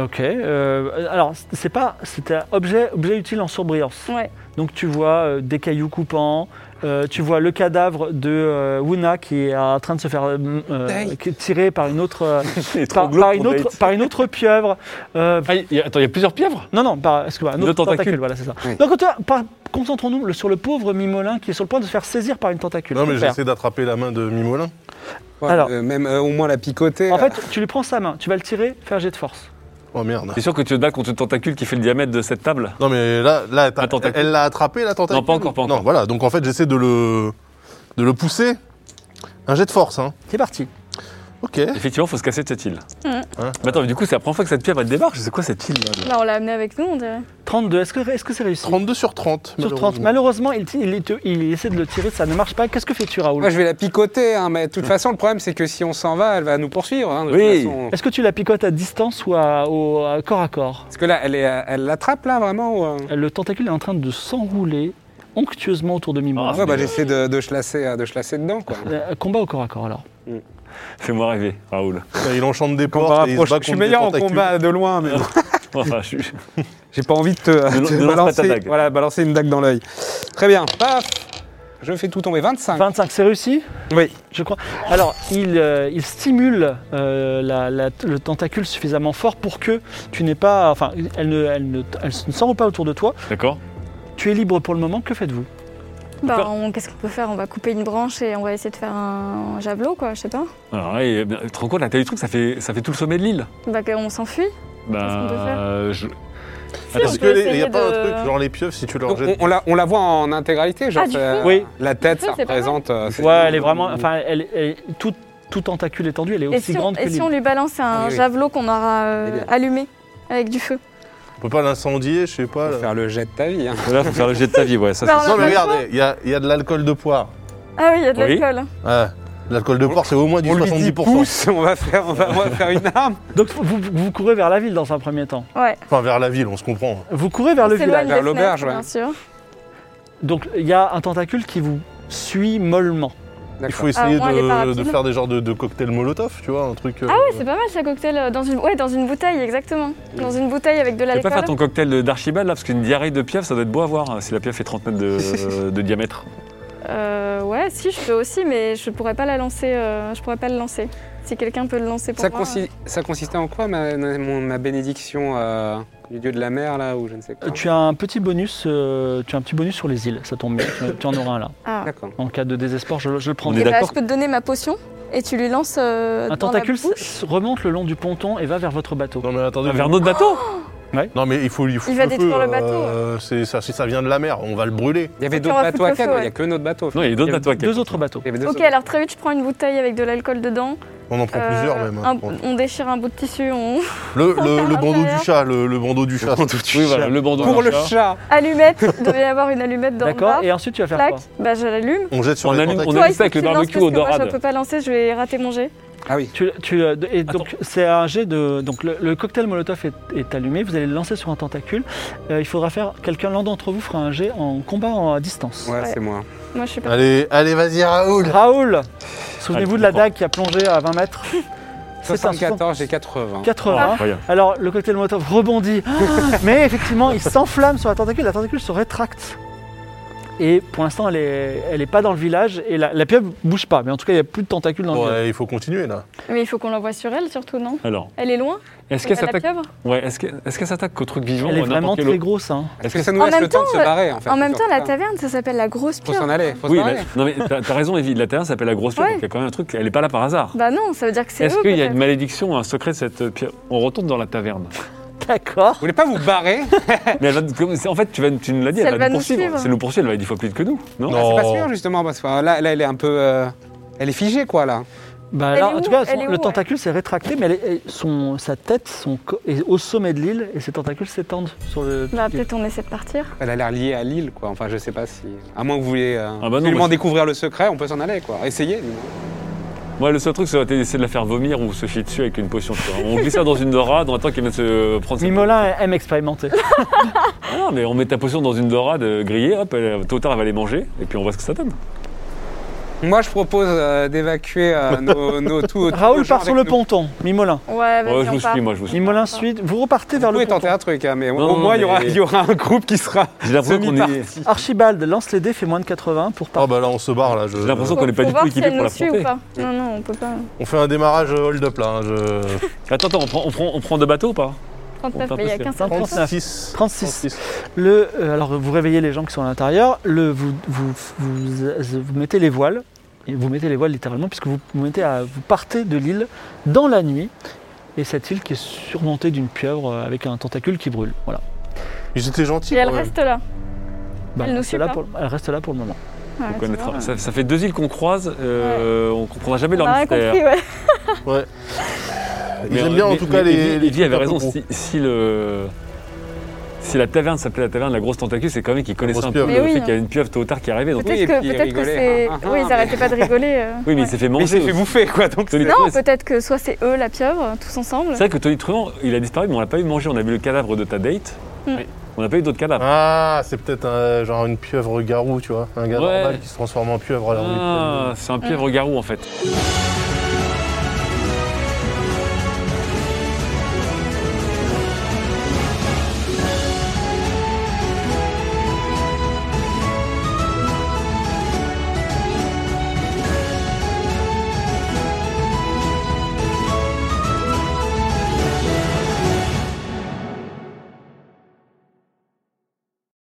Ok. euh, alors, c'est pas. C'était un objet, objet utile en surbrillance.
Ouais.
Donc, tu vois euh, des cailloux coupants, euh, tu vois le cadavre de euh, Wuna qui est en train de se faire euh, euh,
Aïe.
qui est tiré par une autre, euh,
les
par,
troglodytes
par une
qu'on
autre,
date.
par une autre pieuvre. euh,
Ah, il y a- attends, il y a plusieurs pieuvres
Non, non, par, excuse-moi, un
Une
autre
autre
tentacule.
tentacule.
voilà, c'est ça.
Oui.
Donc, toi, par- concentrons-nous le- sur le pauvre Mimolin qui est sur le point de se faire saisir par une tentacule.
Non mais
Super.
j'essaie d'attraper la main de Mimolin.
Ouais,
Alors.
euh, Même euh, au moins la picoter.
En fait, tu lui prends sa main, tu vas le tirer, faire jet de force.
Oh merde.
T'es sûr que tu te bats contre une tentacule qui fait le diamètre de cette table
Non mais là, là t'as-
Un tentacule.
elle l'a attrapé la tentacule
Non, pas encore, pas encore.
Non voilà, donc en fait j'essaie de le, de le pousser. Un jet de force, hein.
C'est parti.
Ok.
Effectivement, faut se casser de cette île.
Mhm.
Hein Mais attends, mais du coup, c'est la première fois que cette pieuvre elle débarque. C'est quoi cette île là
Bah, on l'a amené avec nous, on dirait.
32, est-ce que est-ce que c'est réussi
32 sur 30.
Sur 30. Malheureusement, il, ti- il te- il essaie de le tirer, ça ne marche pas. Qu'est-ce que fais-tu, Raoul
Moi, je vais la picoter, hein, mais de toute façon, le problème, c'est que si on s'en va, elle va nous poursuivre. hein, de
Oui.
toute façon.
Est-ce que tu la picotes à distance ou à, au, à corps à corps
Parce que là, elle est, euh, elle l'attrape, là, vraiment ou, euh
Le tentacule est en train de s'enrouler onctueusement autour de Mimo.
Ah,
Ouais, bah, j'essaie de, de chlasser, euh, de chlasser dedans, quoi.
Euh, combat au corps à corps alors.
Fais-moi rêver, Raoul.
Il enchante des
On
portes et il se
rapproche.
bat
bah, je suis
contre des
meilleur en
tentacules.
combat de loin, mais
Enfin, je suis-
j'ai pas envie de te,
Ne-
te
ne lance pas ta
balancer,
dague.
voilà, balancer une dague dans l'œil. Très bien, paf Je fais tout tomber, 25.
25, c'est réussi
Oui.
Je crois. Alors, il, euh, il stimule euh, la- la- le tentacule suffisamment fort pour que tu n'aies pas. Enfin, elle ne, elle ne, elle ne s'enroule pas autour de toi.
D'accord
Tu es libre pour le moment, que faites-vous
Bah,
D'accord.
on- qu'est-ce qu'on peut faire On va couper une branche et on va essayer de faire un javelot, quoi, je sais pas.
Alors, ouais, eh bien, tu te rends compte, là, t'as eu le truc, ça fait, ça fait tout le sommet de l'île.
Bah, qu'on s'enfuit. qu'on peut faire
euh, je-
Parce
on
que
peut
les- il n'y
essayer
a pas un
de-
truc, genre les pieuvres, si tu leur
Donc,
jettes.
on, on la, on la voit en intégralité, genre
Ah, du
ça-
feu.
Oui.
la tête,
Du
ça
feu, c'est pas
représente.
Ah,
euh, c'est-
Ouais, elle est vraiment. Enfin, elle, elle- tout, tout tentacule étendu, elle est
Et
aussi
si, on,
grande
et
que
si
l'île.
on lui balance un
Oui, oui.
javelot qu'on aura euh,
Eh bien.
allumé avec du feu
On peut pas l'incendier, je sais
Faut
pas. là.
faire le jet de ta vie. hein.
Là, faut faire le jet de ta vie, ouais. Ça,
Bah,
c'est-
on
Non
a
mais
pas le
regardez, il y a, il y a de l'alcool de poire.
choix. Ah oui, il y a de
Oui.
l'alcool.
Ouais. L'alcool de poire, c'est au moins du
On lui dit
70%.
pousse, on va faire, on va, on va faire une arme.
Donc vous, vous courez vers la ville dans un premier temps.
Ouais.
Enfin, vers la ville, on se comprend.
Vous courez vers
On
le
s'éloigne
village.
des
vers l'auberge,
fenêtres,
ouais.
bien sûr.
Donc il y a un tentacule qui vous suit mollement.
Il
D'accord.
faut essayer
Ah, au moins, elle est pas
de,
rapide.
de faire des genres de, de cocktails molotov, tu vois, un truc. euh,
Ah ouais, c'est pas mal ça, cocktail. euh, Dans une... Ouais, dans une bouteille, exactement. Dans une bouteille avec de
Tu peux pas faire
l'alcool.
ton cocktail de- d'archibald là, parce qu'une diarrhée de pieuvre, ça doit être beau à voir hein, si la pieuvre fait 30 mètres de, de diamètre.
Euh, ouais, si, je peux aussi, mais je pourrais pas la lancer. euh, je pourrais pas le lancer. Si quelqu'un peut le lancer pour
Ça,
moi. euh.
consi- ça consistait en quoi ma, mon- ma bénédiction euh, du dieu de la mer là ou je ne sais quoi
Euh, Tu as un petit bonus, euh, tu as un petit bonus sur les îles, ça tombe bien. tu, tu en auras un là.
Ah.
D'accord.
En cas de désespoir, je, je le prends.
On
Eh
est
ben,
d'accord
je peux te donner ma potion et tu lui lances. euh,
Un
dans la
tentacule
bouche.
s- remonte le long du ponton et va vers votre bateau.
Non mais
Ah,
attendez.
Vers
mais-
notre bateau
Non mais il faut, il faut
Il va
le feu,
détruire le bateau.
euh, c'est ça, si ça vient de la mer, on va le brûler.
Il y avait
Ok,
d'autres
on va
bateaux à
foutre
Cannes,
le feu,
il n'y a
ouais.
que notre bateau.
Non, il y a d'autres
Il y a
bateaux à
deux autres bateaux.
Il y avait deux
Ok,
autres
alors très vite, je prends une bouteille avec de l'alcool dedans.
On en prend
Euh,
plusieurs même. hein.
un- on déchire un bout de tissu, on
Le,
on
le- le
fait à
bandeau du
l'intérieur.
chat, le, le bandeau du chat.
Oui, voilà, le bandeau.
Pour le
Voilà.
chat
allumette. Il devait y avoir une allumette dans le
D'accord
bar.
Et ensuite tu vas faire
Clac,
quoi
bah je l'allume.
On jette sur
On
les
allume-
tentacules.
on
Toi,
allume
il
ça
faut
avec
que
le
tu lances,
barbecue
parce
au
que moi, Je
dorade.
peux pas lancer, je vais rater mon jet.
Ah oui.
Tu, tu, euh, et donc c'est un jet de donc le, le cocktail Molotov est, est allumé. Vous allez le lancer sur un tentacule. Euh, il faudra faire quelqu'un l'un d'entre vous fera un jet en combat en- à distance.
Ouais, c'est moi.
Moi, je suis pas.
Allez, allez, vas-y Raoul.
Raoul, souvenez-vous
Allez,
de la
on prend.
dague qui a plongé à 20 mètres. C'est un
74, j'ai 80.
80.
Incroyable.
Alors le cocktail Molotov rebondit,
Ah.
mais effectivement il s'enflamme sur la tentacule, la tentacule se rétracte. Et pour l'instant elle est, elle est pas dans le village et la, la pieuvre bouge pas, mais en tout cas il n'y a plus de tentacules dans le village.
Ouais, il faut continuer là.
Mais il faut qu'on l'envoie sur elle, surtout, non
Alors,
Elle est loin
est-ce qu'elle
à la
s'attaque
pieuvre
ouais, est-ce que- est-ce qu'elle s'attaque qu'au truc vivant
Elle
ou
est
à
vraiment
n'importe quel
très
autre
grosse. Hein.
Est-ce que ça nous
En
laisse
même
le temps de
temps,
se
euh,
barrer en fait
En même temps, la
table.
taverne, ça s'appelle la grosse
Faut s'en
pieuvre.
aller, faut
Oui,
s'en
la-
aller.
non mais t'as t'as raison, Evie, la terre s'appelle la grosse pieuvre,
Ouais.
donc il y a quand même un truc, elle est pas là par hasard.
Bah non, ça veut dire que c'est
Est-ce
eux.
qu'il y a
peut-être.
une malédiction, un secret de cette euh, pierre On retourne dans la taverne.
D'accord.
Vous voulez pas vous barrer Ah,
Mais elle va, comme- c'est- en fait, tu, vas, tu nous l'as dit,
Si
elle, va
elle va
nous
nous
poursuivre.
suivre.
Si elle nous poursuit, elle va être dix fois plus vite que nous. Non,
C'est pas
Non.
sûr justement parce que là, là elle est un peu, euh, elle est euh, figée quoi là.
Bah, là,
Elle est
en
où
tout cas, son-
Elle est
le
où,
tentacule s'est rétracté, mais elle est- elle- son, sa tête son, co- est au sommet de l'île et ses tentacules s'étendent sur le.
Bah, peut-être on essaie de partir.
Elle a l'air liée à l'île, quoi. Enfin, je sais pas si. À moins que vous voulez euh,
Ah bah non,
absolument
moi, je-
découvrir le secret, on peut s'en aller, quoi. Essayez. nous.
Ouais, le seul truc, ça aurait été d'essayer de la faire vomir ou se chier dessus avec une potion. tu vois. On glisse ça dans une dorade, on attend qu'elle vienne se prendre. sa-
Mimolin aime expérimenter.
Ah non, mais on met ta potion dans une dorade euh, grillée, hop, elle, tôt ou tard, elle va les manger, et puis on voit ce que ça donne.
Moi, je propose euh, d'évacuer euh, nos, nos tout. tous nos
Raoul
gens
part sur le
avec nous.
ponton, Mimolin.
Ouais, vas-y,
Ouais, je
on
vous
part.
suis, moi, je vous suis.
Mimolin suit, vous repartez vers
Vous
le
pouvez
ponton.
tenter un truc, hein, mais
Non,
au moins, il y, aura,
mais-
il y aura un groupe qui sera.
J'ai l'impression qu'on est.
semi-parti.
Archibald, lance les dés, fait moins de 80 pour
Ah
partir.
bah là, on se barre, là. je-
J'ai l'impression
Faut-
qu'on n'est pas
faut
du
voir
tout
si
équipé
elle
pour
nous
la
suit ou
porter.
pas. Non, non, on peut pas.
On fait un démarrage euh, hold-up, là. hein, Je...
Attends, attends, on prend, on prend, on prend deux bateaux ou pas
39,
On
mais il y a
tape
15
aussi.
36.
36. Le, euh, alors vous réveillez les gens qui sont à l'intérieur, le, vous, vous, vous, vous mettez les voiles, et vous mettez les voiles littéralement, puisque vous, vous mettez à, vous partez de l'île dans la nuit, et cette île qui est surmontée d'une pieuvre euh, avec un tentacule qui brûle. Voilà.
Ils étaient gentils,
Et elle
quand même.
reste là.
Bah,
Elle nous
reste
suit
là
pas
pour, elle reste là pour le moment.
Ouais,
On
tu
connaîtra.
vois.
Ça, ça fait deux îles qu'on croise, euh, on comprendra jamais
On
leur
a rien
mystère.
Bah,
euh,
compris, ouais.
Ils aiment bien, en tout cas, les... les
Evie avait
trucs un
raison,
peu gros.
si, si le... Si la taverne s'appelait la taverne, la grosse tentacule, c'est quand même qu'ils connaissaient
grosse
un peu
pieuvre.
le
Mais oui.
fait qu'il y avait une pieuvre tôt ou tard qui arrivait. Donc...
Oui, et
Peut-être que,
puis
peut-être que
rigoler,
c'est.
hein.
Oui, ils arrêtaient pas de rigoler. euh,
Oui, mais
ouais.
il s'est fait
Mais
manger.
il s'est fait
aussi.
bouffer, quoi. Donc,
Tony
c'est-
Truant,
Non,
c'est-
peut-être que soit c'est eux, la pieuvre, tous ensemble.
C'est vrai que Tony Truant, il a disparu, mais on l'a pas eu manger. On a vu le cadavre de ta date.
Mm.
Oui. On n'a pas eu d'autres cadavres.
Ah, c'est peut-être un- genre une pieuvre garou, tu vois. Un gars
Ouais.
Ah, normal qui se transforme en pieuvre à la rue.
Ah, c'est un pieuvre garou en fait.